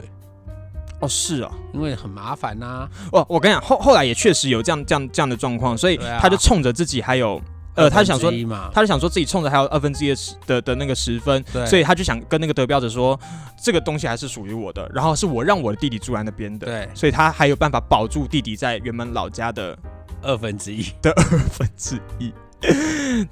Speaker 1: 哦，是啊，
Speaker 3: 因为很麻烦啊呐、
Speaker 1: 哦，我跟你讲，后后来也确实有这样这样这样的状况，所以
Speaker 3: 对啊
Speaker 1: 他就冲着自己还有呃，他就想说
Speaker 3: 2分之一嘛，
Speaker 1: 他就想说自己冲着还有二分之一的十的的那个十分，
Speaker 3: 对
Speaker 1: 所以他就想跟那个得标者说，这个东西还是属于我的，然后是我让我的弟弟住在那边的，
Speaker 3: 对
Speaker 1: 所以他还有办法保住弟弟在原本老家的
Speaker 3: 二分之一，
Speaker 1: 分之一。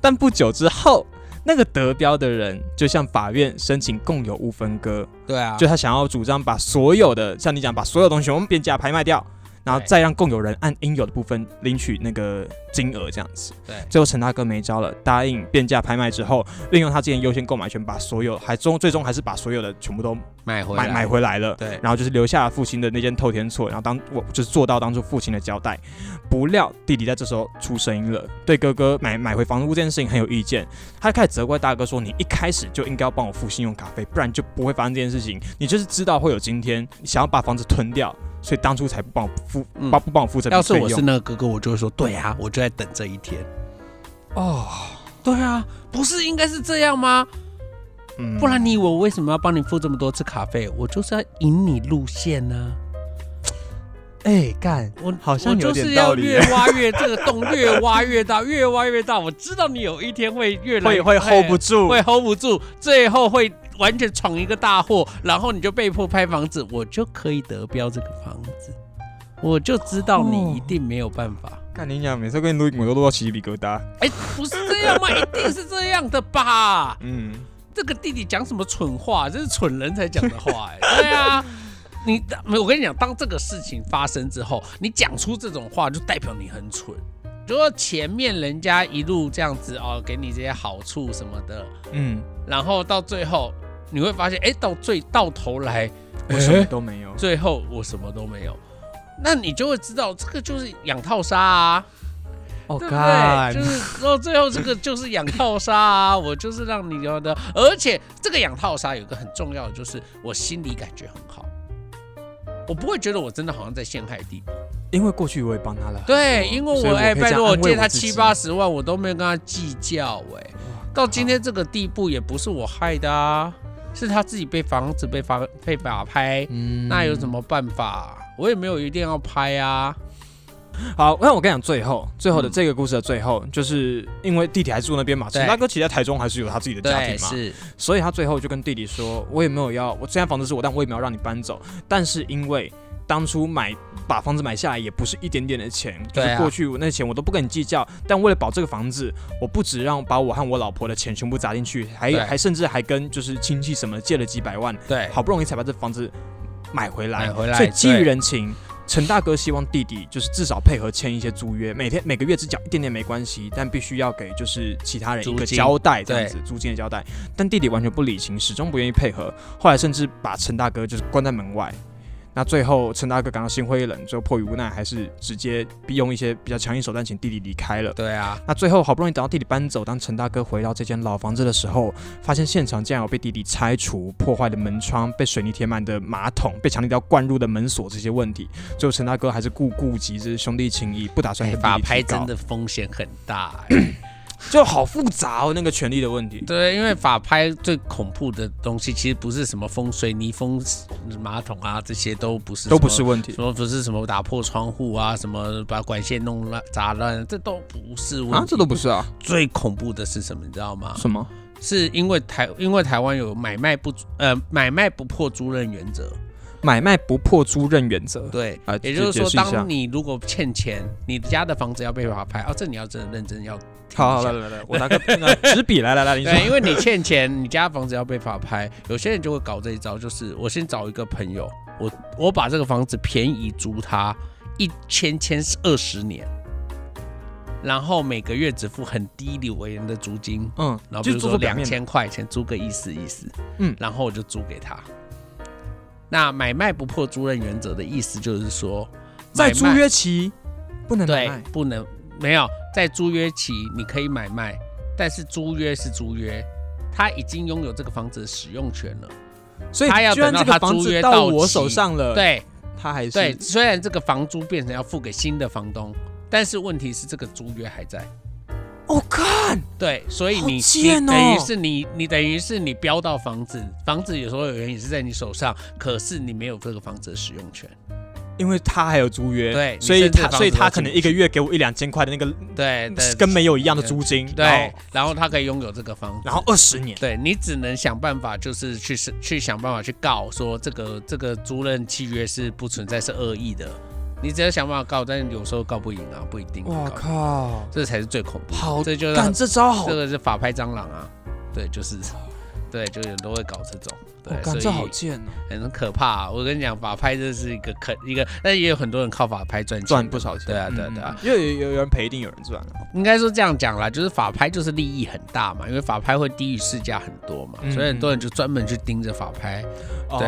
Speaker 1: 但不久之后，那个得标的人就向法院申请共有物分割，
Speaker 3: 对啊，
Speaker 1: 就他想要主张把所有的，像你讲，把所有东西全部变价拍卖掉。然后
Speaker 3: 对
Speaker 1: 再让共有人按应有的部分领取那个金额，这样子。
Speaker 3: 对
Speaker 1: 最后陈大哥没招了，答应变价拍卖之后，运用他之前优先购买权，把所有还终最终还是把所有的全部都
Speaker 3: 买回
Speaker 1: 买
Speaker 3: 来，
Speaker 1: 买回来了。
Speaker 3: 对，
Speaker 1: 然后就是留下了父亲的那间透天厝，然后当我就是做到当初父亲的交代。不料弟弟在这时候出声音了，对哥哥买买回房屋这件事情很有意见，他开始责怪大哥说：“你一开始就应该要帮我付信用卡费，不然就不会发生这件事情。你就是知道会有今天，你想要把房子吞掉，所以当初才不帮我付，
Speaker 3: 嗯
Speaker 1: 帮不帮我付这笔
Speaker 3: 要是
Speaker 1: 费
Speaker 3: 我
Speaker 1: 用。
Speaker 3: 是那个哥哥，我就会说，对啊，我就在等这一天。
Speaker 1: 哦，
Speaker 3: 对啊，不是应该是这样吗？
Speaker 1: 嗯
Speaker 3: 不然你以为我为什么要帮你付这么多次卡费？我就是要引你路线呢、
Speaker 1: 哎干，
Speaker 3: 我
Speaker 1: 好像
Speaker 3: 我
Speaker 1: 有
Speaker 3: 就
Speaker 1: 点
Speaker 3: 是
Speaker 1: 道
Speaker 3: 要
Speaker 1: 理
Speaker 3: 越挖越这个洞，越挖越大，越挖越大。我知道你有一天会越来
Speaker 1: 会
Speaker 3: 越
Speaker 1: 会 hold 不住，
Speaker 3: 会 hold 不住，最后会完全闯一个大祸，然后你就被迫拍房子，我就可以得标这个房子。我就知道
Speaker 1: 哦
Speaker 3: 你一定没有办法。
Speaker 1: 干你讲，每次跟你录音我都录到起鸡皮疙瘩。
Speaker 3: 哎、不是这样吗？一定是这样的吧？
Speaker 1: 嗯，
Speaker 3: 这个弟弟讲什么蠢话？这是蠢人才讲的话哎、对啊，你我跟你讲，当这个事情发生之后，你讲出这种话，就代表你很蠢。就说前面人家一路这样子哦，给你这些好处什么的，
Speaker 1: 嗯，
Speaker 3: 然后到最后你会发现，哎，到最到头来
Speaker 1: 我什么都没有，
Speaker 3: 最后我什么都没有，那你就会知道这个就是养套杀啊。
Speaker 1: 哦，
Speaker 3: 对不对？就是到最后这个就是养套杀啊，我就是让你觉得，而且这个养套杀有一个很重要的，就是我心里感觉很好，我不会觉得我真的好像在陷害弟弟。
Speaker 1: 因为过去我也帮他了，
Speaker 3: 对，因为
Speaker 1: 所以我
Speaker 3: 我哎，
Speaker 1: 可以
Speaker 3: 拜
Speaker 1: 这样
Speaker 3: 托
Speaker 1: 安慰
Speaker 3: 借
Speaker 1: 我
Speaker 3: 他
Speaker 1: 自
Speaker 3: 七
Speaker 1: 己
Speaker 3: 八十万，我都没有跟他计较哎、到今天这个地步也不是我害的啊，是他自己被房子被法被法拍，
Speaker 1: 嗯
Speaker 3: 那有什么办法？我也没有一定要拍啊。
Speaker 1: 好，那我跟你讲，最后最后的
Speaker 3: 嗯
Speaker 1: 这个故事的最后，就是因为弟弟还住那边嘛，
Speaker 3: 对
Speaker 1: 陈大哥其实在台中还是有他自己的家庭嘛，
Speaker 3: 是，
Speaker 1: 所以他最后就跟弟弟说：“我也没有要，我虽然房子是我，但我也没有让你搬走。但是因为当初买把房子买下来也不是一点点的钱，就
Speaker 3: 对啊
Speaker 1: 是过去我那钱我都不跟你计较。但为了保这个房子，我不只让把我和我老婆的钱全部砸进去，还
Speaker 3: 对
Speaker 1: 还甚至还跟就是亲戚什么借了几百万，
Speaker 3: 对，
Speaker 1: 好不容易才把这房子买回来。
Speaker 3: 买回来
Speaker 1: 所以基于
Speaker 3: 对
Speaker 1: 人情。”陈大哥希望弟弟就是至少配合签一些租约，每天每个月只缴一点点没关系，但必须要给就是其他人一
Speaker 3: 租
Speaker 1: 个
Speaker 3: 金
Speaker 1: 交代，这样
Speaker 3: 对
Speaker 1: 子租金的交代。但弟弟完全不理情，始终不愿意配合，后来甚至把陈大哥就是关在门外。那最后陈大哥感到心灰意冷，最后迫于无奈，还是直接逼用一些比较强硬手段请弟弟离开了。
Speaker 3: 对啊，
Speaker 1: 那最后好不容易等到弟弟搬走，当陈大哥回到这间老房子的时候，发现现场竟然有被弟弟拆除、破坏的门窗、被水泥填满的马桶、被强力胶灌入的门锁这些问题。最后陈大哥还是顾顾及这兄弟情谊，不打算
Speaker 3: 哎
Speaker 1: 跟弟
Speaker 3: 法
Speaker 1: 弟
Speaker 3: 拍
Speaker 1: 提
Speaker 3: 真
Speaker 1: 告，
Speaker 3: 的风险很 大、哎
Speaker 1: 就好复杂哦，那个权利的问题。
Speaker 3: 对，因为法拍最恐怖的东西，其实不是什么风水泥、风马桶啊，这些都不是，
Speaker 1: 都不是。问题
Speaker 3: 什么不是什么打破窗户啊，什么把管线弄乱砸烂，这都不是问题。
Speaker 1: 啊，这都不是啊，
Speaker 3: 最恐怖的是什么，你知道吗？
Speaker 1: 什么？
Speaker 3: 是因为台因为台湾有买卖不呃买卖不破租赁原则，
Speaker 1: 买卖不破租赁原则。
Speaker 3: 对，
Speaker 1: 啊
Speaker 3: 也就是
Speaker 1: 解解
Speaker 3: 说，
Speaker 1: 释一下
Speaker 3: 当你如果欠钱，你家的房子要被法拍，哦，这你要真的认真要听一下。
Speaker 1: 好好来来来，我拿个那个纸笔来来来，你
Speaker 3: 对，
Speaker 1: 说。
Speaker 3: 因为你欠钱，你家房子要被法拍，有些人就会搞这一招，就是我先找一个朋友，我我把这个房子便宜租他一千千二十年，然后每个月只付很低廉为人的租金，
Speaker 1: 嗯
Speaker 3: 然后，比
Speaker 1: 就
Speaker 3: 如
Speaker 1: 是做
Speaker 3: 说
Speaker 1: 做表
Speaker 3: 两
Speaker 1: 面
Speaker 3: 千块钱租个意思意思，
Speaker 1: 嗯
Speaker 3: 然后我就租给他。那买卖不破租赁原则的意思就是说，
Speaker 1: 在
Speaker 3: 买
Speaker 1: 租
Speaker 3: 卖
Speaker 1: 约期不能买
Speaker 3: 对
Speaker 1: 卖，
Speaker 3: 不能没有在租约期你可以买卖，但是租约是租约，他已经拥有这个房子的使用权了。
Speaker 1: 所以
Speaker 3: 他要
Speaker 1: 居然
Speaker 3: 等到
Speaker 1: 这个
Speaker 3: 他
Speaker 1: 房
Speaker 3: 租
Speaker 1: 子
Speaker 3: 约
Speaker 1: 到
Speaker 3: 到
Speaker 1: 我
Speaker 3: 期
Speaker 1: 手上了，，
Speaker 3: 对
Speaker 1: 他还是
Speaker 3: 对，虽然这个房租变成要付给新的房东，但是问题是这个租约还在。
Speaker 1: 我哦看
Speaker 3: 对，所以
Speaker 1: 好
Speaker 3: 你
Speaker 1: 贱
Speaker 3: 你
Speaker 1: 哦
Speaker 3: 等于是你你等于是你标到房子，房子有时候有人也是在你手上，可是你没有这个房子的使用权。
Speaker 1: 因为他还有租约，
Speaker 3: 对
Speaker 1: 所以
Speaker 3: 你甚至
Speaker 1: 他
Speaker 3: 房
Speaker 1: 所以
Speaker 3: 子
Speaker 1: 他
Speaker 3: 要
Speaker 1: 可能
Speaker 3: 进
Speaker 1: 一个月给我一两千块的那个，
Speaker 3: 对对，
Speaker 1: 跟没有一样的租金，然
Speaker 3: 对
Speaker 1: 后，
Speaker 3: 然后他可以拥有这个房子，
Speaker 1: 然后二十年，
Speaker 3: 对你只能想办法，就是去是去想办法去告说这个这个租赁契约是不存在是恶意的，你只要想办法告，但有时候告不赢啊，不一定。
Speaker 1: 我
Speaker 3: 告不赢，
Speaker 1: 靠，
Speaker 3: 这才是最恐怖的。
Speaker 1: 好
Speaker 3: 这就是
Speaker 1: 干这招好
Speaker 3: 这，个是法拍蟑螂啊，对，就是对，就有人都会搞这种，
Speaker 1: 我
Speaker 3: 对，
Speaker 1: 干
Speaker 3: 所
Speaker 1: 这好
Speaker 3: 以
Speaker 1: 贱哦，
Speaker 3: 很可怕啊、我跟你讲，法拍这是一个坑，一个，但也有很多人靠法拍赚钱
Speaker 1: 赚
Speaker 3: 的。
Speaker 1: 不少钱，
Speaker 3: 对啊对啊
Speaker 1: 嗯
Speaker 3: 对啊，
Speaker 1: 因为有有人赔，一定有人赚啊
Speaker 3: 应该说这样讲啦，就是法拍就是利益很大嘛，因为法拍会低于市价很多嘛，
Speaker 1: 嗯
Speaker 3: 所以很多人就专门去盯着法拍。
Speaker 1: 哦
Speaker 3: 对，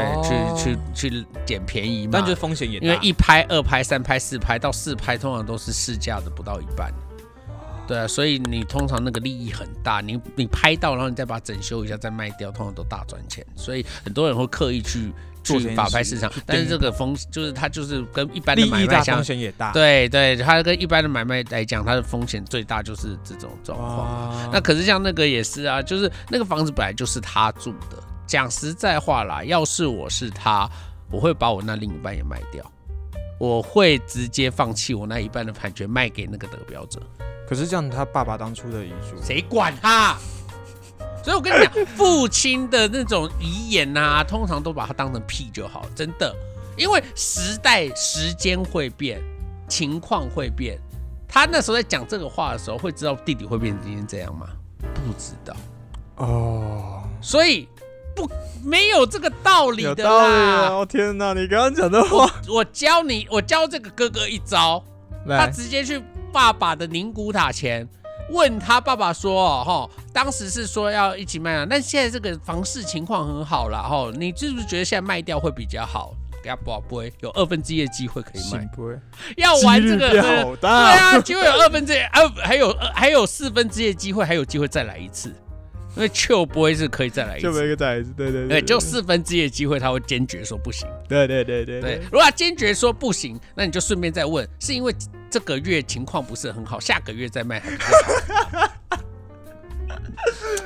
Speaker 3: 去去去捡便宜嘛。
Speaker 1: 但就是风险也大，
Speaker 3: 因为一拍、二拍、三拍、四拍到四拍，通常都是市价的不到一半。对啊，所以你通常那个利益很大，你你拍到，然后你再把它整修一下，再卖掉，通常都大赚钱。所以很多人会刻意去
Speaker 1: 做这件
Speaker 3: 去
Speaker 1: 事
Speaker 3: 法拍市场，但是这个风就是它就是跟一般的
Speaker 1: 利
Speaker 3: 买
Speaker 1: 益
Speaker 3: 卖
Speaker 1: 大，
Speaker 3: 相
Speaker 1: 风，险也大，
Speaker 3: 对对，它跟一般的买卖来讲，它的风险最大就是这种状况。
Speaker 1: 哇，
Speaker 3: 那可是像那个也是啊，就是那个房子本来就是他住的。讲实在话啦，要是我是他，我会把我那另一半也卖掉，我会直接放弃我那一半的产权卖给那个得标者，
Speaker 1: 可是这样他爸爸当初的遗嘱，
Speaker 3: 谁管他？ 所以我跟你讲，父亲的那种遗言呐、通常都把它当成屁就好，真的，因为时代时间会变，情况会变。他那时候在讲这个话的时候，会知道弟弟会变成今天这样吗？不知道。
Speaker 1: 哦，
Speaker 3: 所以不没有这个道理
Speaker 1: 有
Speaker 3: 的
Speaker 1: 道理啊！
Speaker 3: 啦。
Speaker 1: 哦天哪，你刚刚讲的话，
Speaker 3: 我教你，我教这个哥哥一招，他
Speaker 1: 来，
Speaker 3: 直接去爸爸的宁古塔前问他爸爸说：“哦，齁当时是说要一起卖啊，但现在这个房市情况很好啦，哦，你是不是觉得现在卖掉会比较好？”给他宝贝有二分之一的机会可以卖
Speaker 1: 行，不会？
Speaker 3: 要玩这个
Speaker 1: 几率
Speaker 3: 真
Speaker 1: 变
Speaker 3: 的
Speaker 1: 好
Speaker 3: 对
Speaker 1: 大，
Speaker 3: 啊，机会有二分之一，二还有呃还有四分之一的机会，还有机会再来一次，因为 Q 不会是可以再来一
Speaker 1: 就没
Speaker 3: 次。
Speaker 1: 一个崽子，哎对对
Speaker 3: 对，就四分之一的机会，他会坚决说不行。
Speaker 1: 对对对对
Speaker 3: 对，如果他坚决说不行，那你就顺便再问，是因为这个月情况不是很好，下个月再卖 还不会好。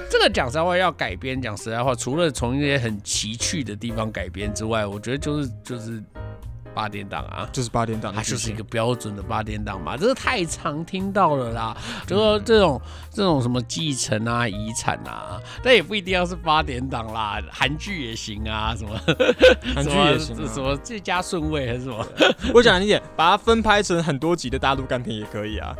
Speaker 3: 这个讲实在话，要改编，讲实在话，除了从一些很奇趣的地方改编之外，我觉得就是就是八点档啊。
Speaker 1: 就是八点档，
Speaker 3: 它就是一个标准的八点档嘛，这是太常听到了啦。就说这种这种什么继承啊、遗产啊，但也不一定要是八点档啦，韩剧也行啊，什么
Speaker 1: 韩剧
Speaker 3: 什么
Speaker 1: 也行啊
Speaker 3: 什么最佳顺位还是什么？
Speaker 1: 我讲一点，把它分拍成很多集的大陆干片也可以 啊。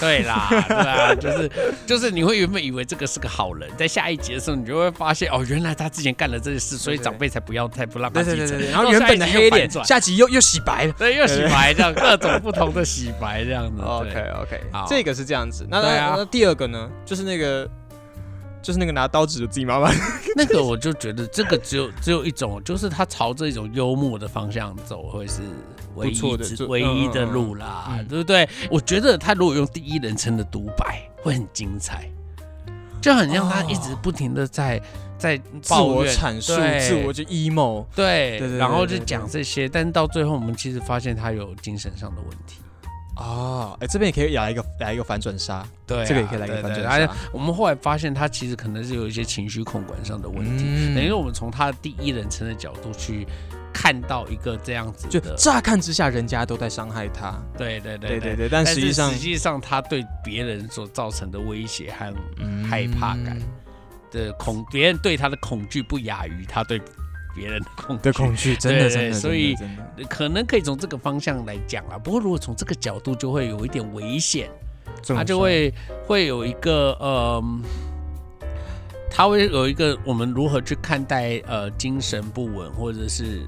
Speaker 3: 对啦，对啊，就是就是你会原本以为这个是个好人，在下一集的时候，你就会发现哦，原来他之前干了这些事，所以
Speaker 1: 对对
Speaker 3: 长辈才不要，才不让他继承。
Speaker 1: 然后原本的黑
Speaker 3: 下一集又反
Speaker 1: 脸，
Speaker 3: 转
Speaker 1: 下集又又洗白了。
Speaker 3: 对，又洗白这样，各种不同的洗白这样子。对
Speaker 1: OK OK，
Speaker 3: 好
Speaker 1: 这个是这样子。那
Speaker 3: 对啊
Speaker 1: 那那第二个呢，就是那个。就是那个拿刀指着自己妈妈，
Speaker 3: 那个我就觉得这个只有只有一种，就是他朝着一种幽默的方向走，会是唯
Speaker 1: 不错
Speaker 3: 一
Speaker 1: 的
Speaker 3: 之
Speaker 1: 就
Speaker 3: 唯一的路啦，
Speaker 1: 嗯嗯嗯
Speaker 3: 对不对？我觉得他如果用第一人称的独白，会很精彩，就很像他一直不停的在、在
Speaker 1: 哦自
Speaker 3: 抱
Speaker 1: 我
Speaker 3: 怨
Speaker 1: 阐述，
Speaker 3: 对
Speaker 1: 自我就 emo，
Speaker 3: 对，
Speaker 1: 对对
Speaker 3: 然后
Speaker 1: 对对
Speaker 3: 就讲这些，但是到最后我们其实发现他有精神上的问题。
Speaker 1: 哦，哎，这边也可以来一个来一个反转杀，
Speaker 3: 对啊、
Speaker 1: 这个也可以来一个反
Speaker 3: 对对
Speaker 1: 转杀
Speaker 3: 对他。我们后来发现他其实可能是有一些情绪控管上的问题，
Speaker 1: 嗯
Speaker 3: 等于我们从他的第一人称的角度去看到一个这样子
Speaker 1: 就
Speaker 3: 的，
Speaker 1: 乍看之下人家都在伤害他，
Speaker 3: 对对对
Speaker 1: 对对
Speaker 3: 对。
Speaker 1: 对，但
Speaker 3: 但
Speaker 1: 实际
Speaker 3: 是
Speaker 1: 上
Speaker 3: 实际上他对别人所造成的威胁和
Speaker 1: 嗯
Speaker 3: 害怕感的恐，别人对他的恐惧不亚于他对别人的恐惧
Speaker 1: 的。恐惧，真
Speaker 3: 对
Speaker 1: 的
Speaker 3: 对
Speaker 1: 真的，
Speaker 3: 所以
Speaker 1: 真的真的
Speaker 3: 可能可以从这个方向来讲啊，不过如果从这个角度，就会有一点危险。
Speaker 1: 这么
Speaker 3: 他就
Speaker 1: 说
Speaker 3: 会会有一个呃，他会有一个我们如何去看待呃精神不稳或者是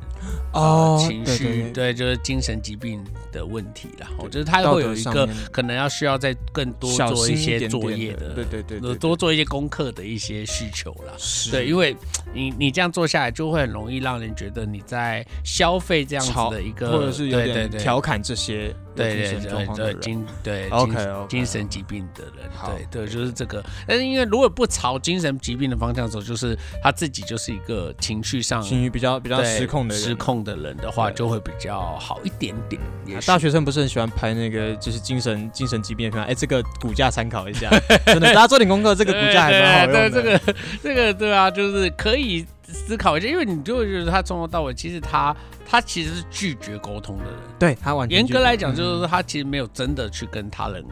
Speaker 3: 呃
Speaker 1: 哦
Speaker 3: 情
Speaker 1: 对
Speaker 3: 绪
Speaker 1: 对对
Speaker 3: 就是精神疾病的问题啦。我
Speaker 1: 对
Speaker 3: 觉得他
Speaker 1: 道
Speaker 3: 会
Speaker 1: 德
Speaker 3: 有一
Speaker 1: 上
Speaker 3: 个
Speaker 1: 面
Speaker 3: 可能要需要再更多
Speaker 1: 小
Speaker 3: 做
Speaker 1: 心
Speaker 3: 一
Speaker 1: 一
Speaker 3: 些
Speaker 1: 点
Speaker 3: 作
Speaker 1: 点
Speaker 3: 业
Speaker 1: 的
Speaker 3: 的，
Speaker 1: 对对对对
Speaker 3: 呃多做一些功课的一些需求啦。
Speaker 1: 是
Speaker 3: 对，因为你你这样做下来，就会很容易让人觉得你在消费这样子
Speaker 1: 吵
Speaker 3: 的一个，
Speaker 1: 或者是有
Speaker 3: 对对
Speaker 1: 点
Speaker 3: 对
Speaker 1: 调侃这些精
Speaker 3: 对对
Speaker 1: 神状
Speaker 3: 对
Speaker 1: 况的
Speaker 3: 对
Speaker 1: 人
Speaker 3: 精对
Speaker 1: OK，OK
Speaker 3: 精精神疾病的人，
Speaker 1: 好
Speaker 3: 对对，就是这个。但是因为如果不朝精神疾病的方向走，就是他自己就是一个情绪上
Speaker 1: 情绪比较比较
Speaker 3: 对
Speaker 1: 失控的人，啊
Speaker 3: 失控的人的话，
Speaker 1: 对
Speaker 3: 就会比较好一点点。也
Speaker 1: 啊
Speaker 3: 是
Speaker 1: 大学生不是很喜欢拍那个就是精神精神疾病的片吗？哎，这个骨架参考一 下，真的，大家做点功课，这个骨架还蛮好用
Speaker 3: 对
Speaker 1: 的。
Speaker 3: 哎对对这个这个对啊，就是可以思考一下，因为你就会觉得他从头到尾，其实他他其实是拒绝沟通的人。
Speaker 1: 对他完全
Speaker 3: 严格来
Speaker 1: 就
Speaker 3: 讲，就是说他其实没有真的去跟他人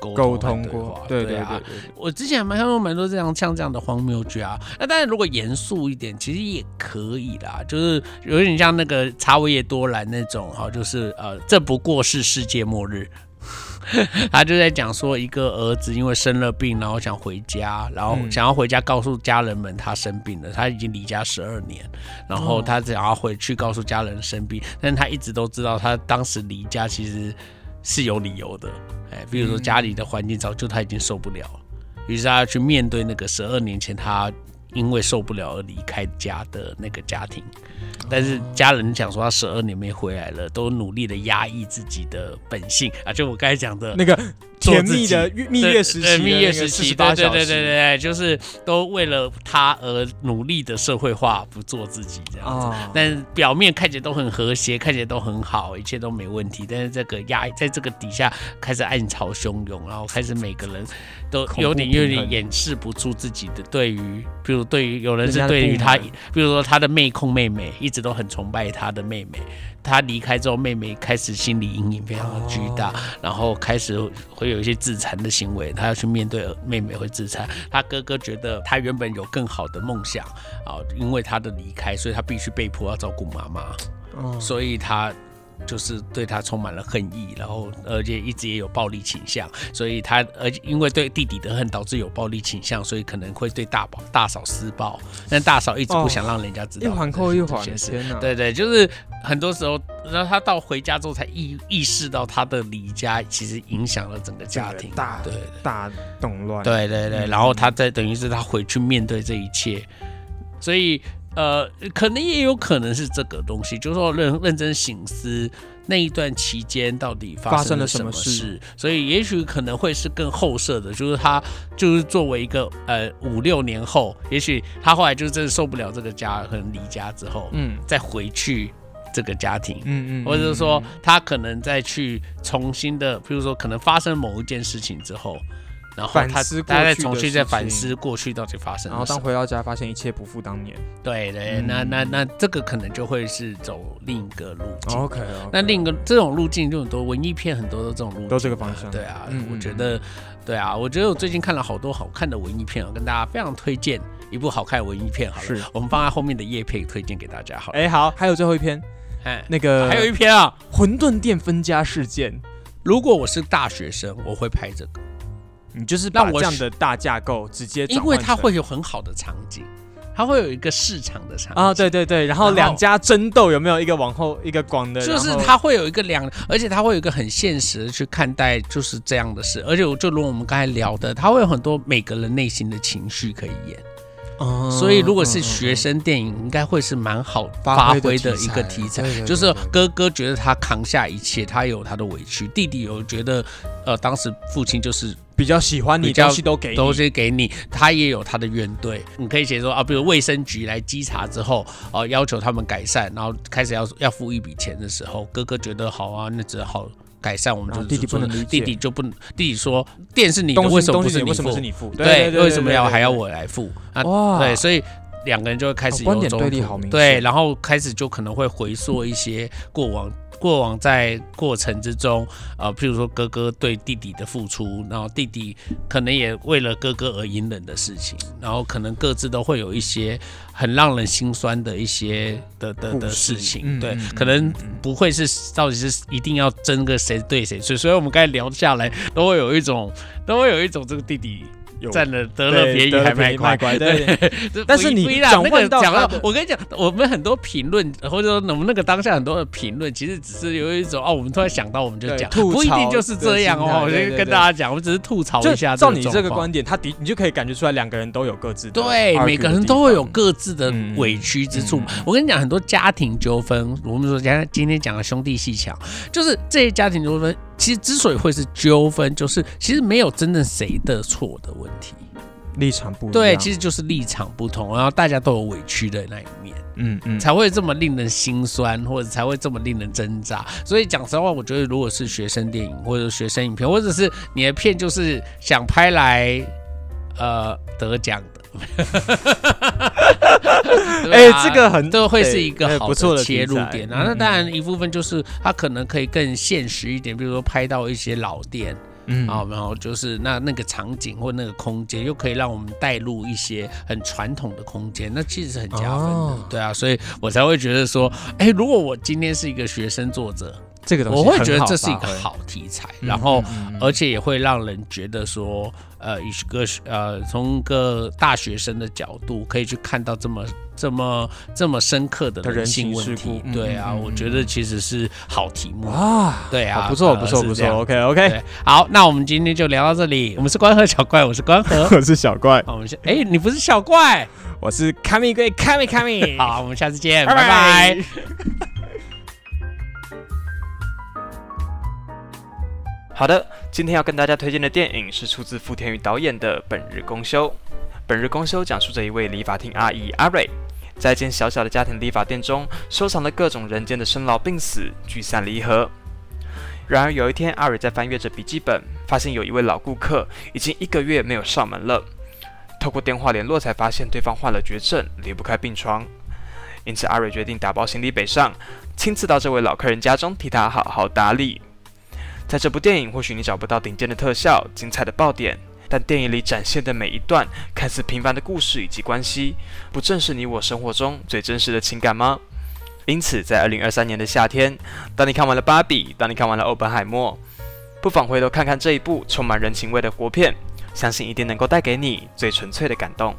Speaker 3: 沟
Speaker 1: 沟通
Speaker 3: 通和对
Speaker 1: 过
Speaker 3: 话，
Speaker 1: 对
Speaker 3: 对
Speaker 1: 对
Speaker 3: 啊
Speaker 1: 对对，
Speaker 3: 我之前还蛮看过蛮多这样像这样的荒谬剧啊。那当然，如果严肃一点，其实也可以啦，就是有点像那个查韦耶多兰那种哈，就是呃，这不过是世界末日。 他就在讲说，一个儿子因为生了病，然后想回家，然后
Speaker 1: 嗯
Speaker 3: 想要回家告诉家人们他生病了，他已经离家十二年，然后他想要回去告诉家人生病，但是他一直都知道他当时离家其实是有理由的，哎，比如说家里的环境早就他已经受不了了，于是他去面对那个十二年前他因为受不了而离开家的那个家庭，
Speaker 1: 哦
Speaker 3: 但是家人想说他十二年没回来了，都努力的压抑自己的本性啊，就我刚才讲的
Speaker 1: 那个
Speaker 3: 做
Speaker 1: 甜
Speaker 3: 自己
Speaker 1: 蜜的月蜜月时期的那个48小
Speaker 3: 对对
Speaker 1: 时，
Speaker 3: 蜜月时期，对对对对
Speaker 1: 对
Speaker 3: 对，就是都为了他而努力的社会化，不做自己这样子。
Speaker 1: 啊，
Speaker 3: 但是表面看起来都很和谐，看起来都很好，一切都没问题。但是这个压，在这个底下开始暗潮汹涌，然后开始每个人都
Speaker 1: 恐怖
Speaker 3: 有点
Speaker 1: 平
Speaker 3: 有
Speaker 1: 衡
Speaker 3: 点掩饰不住自己的对于，比如对于有人是
Speaker 1: 人家的
Speaker 3: 对于
Speaker 1: 不
Speaker 3: 他
Speaker 1: 满，
Speaker 3: 比如说他的妹控妹妹一直都很崇拜他的妹妹，他离开之后，妹妹开始心理阴影非常的巨大，
Speaker 1: 哦
Speaker 3: 然后开始会有一些自残的行为，他要去面对妹妹会自残。他哥哥觉得他原本有更好的梦想啊，因为他的离开，所以他必须被迫要照顾妈妈，
Speaker 1: 哦
Speaker 3: 所以他就是对他充满了恨意，然后而且一直也有暴力倾向，所以他而因为对弟弟的恨导致有暴力倾向，所以可能会对大宝大嫂施暴，但大嫂一直不想让人家知道、
Speaker 1: 哦，一环扣一环，
Speaker 3: 天哪！对对，就是很多时候，然后他到回家之后才意意识到他的离家其实影响了整个家庭，
Speaker 1: 大
Speaker 3: 对
Speaker 1: 大动乱，
Speaker 3: 对对对，然后他在等于是他回去面对这一切，所以。呃，可能也有可能是这个东西，就是说认认真醒思那一段期间到底
Speaker 1: 发
Speaker 3: 生
Speaker 1: 了
Speaker 3: 什么
Speaker 1: 事，
Speaker 3: 所以也许可能会是更后设的，就是他就是作为一个呃五六年后，也许他后来就真的受不了这个家，可能离家之后，嗯，再回去这个家庭，嗯嗯，或者是说他可能再去重新的，比如说可能发生某一件事情之后。然后他他再重新再反思过去到底发生了，
Speaker 1: 然后当回到家发现一切不复当年。
Speaker 3: 对对，嗯、那那那这个可能就会是走另一个路径。
Speaker 1: OK，, okay
Speaker 3: 那另一个这种路径就很多，文艺片很多都这种路径，
Speaker 1: 都这个方向。
Speaker 3: 对啊，嗯嗯我觉得，对啊，我觉得我最近看了好多好看的文艺片，我啊跟大家非常推荐一部好看的文艺片。好了，我们放在后面的叶片推荐给大家好了。
Speaker 1: 哎，好，还有最后一篇，哎，那个
Speaker 3: 还有一篇啊，
Speaker 1: 混沌店分家事件。
Speaker 3: 如果我是大学生，我会拍这个。
Speaker 1: 你就是把这样的大架构直接，
Speaker 3: 因为它会有很好的场景，它会有一个市场的场景
Speaker 1: 啊，对对对，然后两家争斗有没有一个往后一个广的，
Speaker 3: 就是它会有一个两，而且它会有一个很现实去看待就是这样的事，而且我就如我们刚才聊的，它会有很多每个人内心的情绪可以演。
Speaker 1: 嗯、
Speaker 3: 所以，如果是学生电影，应该会是蛮好发挥的一个题材。就是哥哥觉得他扛下一切，他有他的委屈；弟弟有觉得，呃，当时父亲就是
Speaker 1: 比较喜欢你，东西都给
Speaker 3: 东西给你，他也有他的怨怼。你可以写说啊，比如卫生局来稽查之后，哦、呃，要求他们改善，然后开始要要付一笔钱的时候，哥哥觉得好啊，那只好。改善我们就
Speaker 1: 啊弟弟不能理
Speaker 3: 解，弟弟就不能，弟弟说店是你的，为什么不是
Speaker 1: 你付？
Speaker 3: 对，为什么要还要我来付
Speaker 1: 啊？
Speaker 3: 对，所以两个人就会开始
Speaker 1: 观点对立好明
Speaker 3: 哦对，然后开始就可能会回溯一些过往， 过往在过程之中，呃，譬如说哥哥对弟弟的付出，然后弟弟可能也为了哥哥而隐忍的事情，然后可能各自都会有一些很让人心酸的一些的的的事嗯情，对，可能。不会是到底是一定要争个谁对谁错，所以我们刚才聊下来都会有一种，都会有一种这个弟弟占了得了便宜还卖乖，
Speaker 1: 对。但是你转换啊
Speaker 3: 到我跟你讲，我们很多评论或者说我们那个当下很多的评论，其实只是有一种哦，我们突然想到我们就讲，不一定就是这样哦。我就跟大家讲，我们只是吐槽一下。
Speaker 1: 照你这个观点，他的你就可以感觉出来两个人都有各自的，
Speaker 3: 对，每个人都会有各自的
Speaker 1: 嗯
Speaker 3: 委屈之处。我跟你讲，很多家庭纠纷，我们说讲今天。讲的兄弟戏强，就是这些家庭纠纷，其实之所以会是纠纷，就是其实没有真正谁的错的问题，
Speaker 1: 立场不
Speaker 3: 对，其实就是立场不同，然后大家都有委屈的那一面，
Speaker 1: 嗯嗯，
Speaker 3: 才会这么令人心酸，或者才会这么令人挣扎。所以讲实话，我觉得如果是学生电影或者学生影片，或者是你的片就是想拍来呃得奖 的。
Speaker 1: 哎啊欸，这个很哎
Speaker 3: 都会是一个
Speaker 1: 不错
Speaker 3: 的切入点啊。那当
Speaker 1: 嗯
Speaker 3: 然一部分就是它可能可以更现实一点，比如说拍到一些老店。嗯，啊，然后就是那那个场景或那个空间，又可以让我们带入一些很传统的空间，那其实是很加分的，哦、对啊，所以我才会觉得说，哎、欸，如果我今天是一个学生作者，
Speaker 1: 这个
Speaker 3: 我会觉得这是一个好题材，然后、嗯嗯嗯、而且也会让人觉得说，呃，一个呃，从一个大学生的角度可以去看到这么这么这么深刻的人性问题，对啊，我觉得其实是好题目
Speaker 1: 啊，
Speaker 3: 对啊，
Speaker 1: 不错不错不错，OK OK，
Speaker 3: 好。那我们今天就聊到这里。我们是关河小怪，我是关河，
Speaker 1: 我是小怪。
Speaker 3: 我们下，哎，你不是小怪，
Speaker 1: 我是卡米龟，卡米卡 米。
Speaker 3: 好，我们下次见，哎拜拜。
Speaker 2: 好的，今天要跟大家推荐的电影是出自傅天宇导演的《本日公休》。《本日公休》讲述着一位理发厅阿姨阿蕊，在一间小小的家庭理发店中，收藏了各种人间的生老病死、聚散离合。然而有一天，阿蕊在翻阅着笔记本，发现有一位老顾客已经一个月没有上门了。透过电话联络，才发现对方患了绝症，离不开病床。因此，阿蕊决定打包行李北上，亲自到这位老客人家中替他好好打理。在这部电影，或许你找不到顶尖的特效、精彩的爆点，但电影里展现的每一段看似平凡的故事以及关系，不正是你我生活中最真实的情感吗？因此，在二零二三年的夏天，当你看完了《芭比》，当你看完了《欧本海默》，不妨回头看看这一部充满人情味的国片，相信一定能够带给你最纯粹的感动。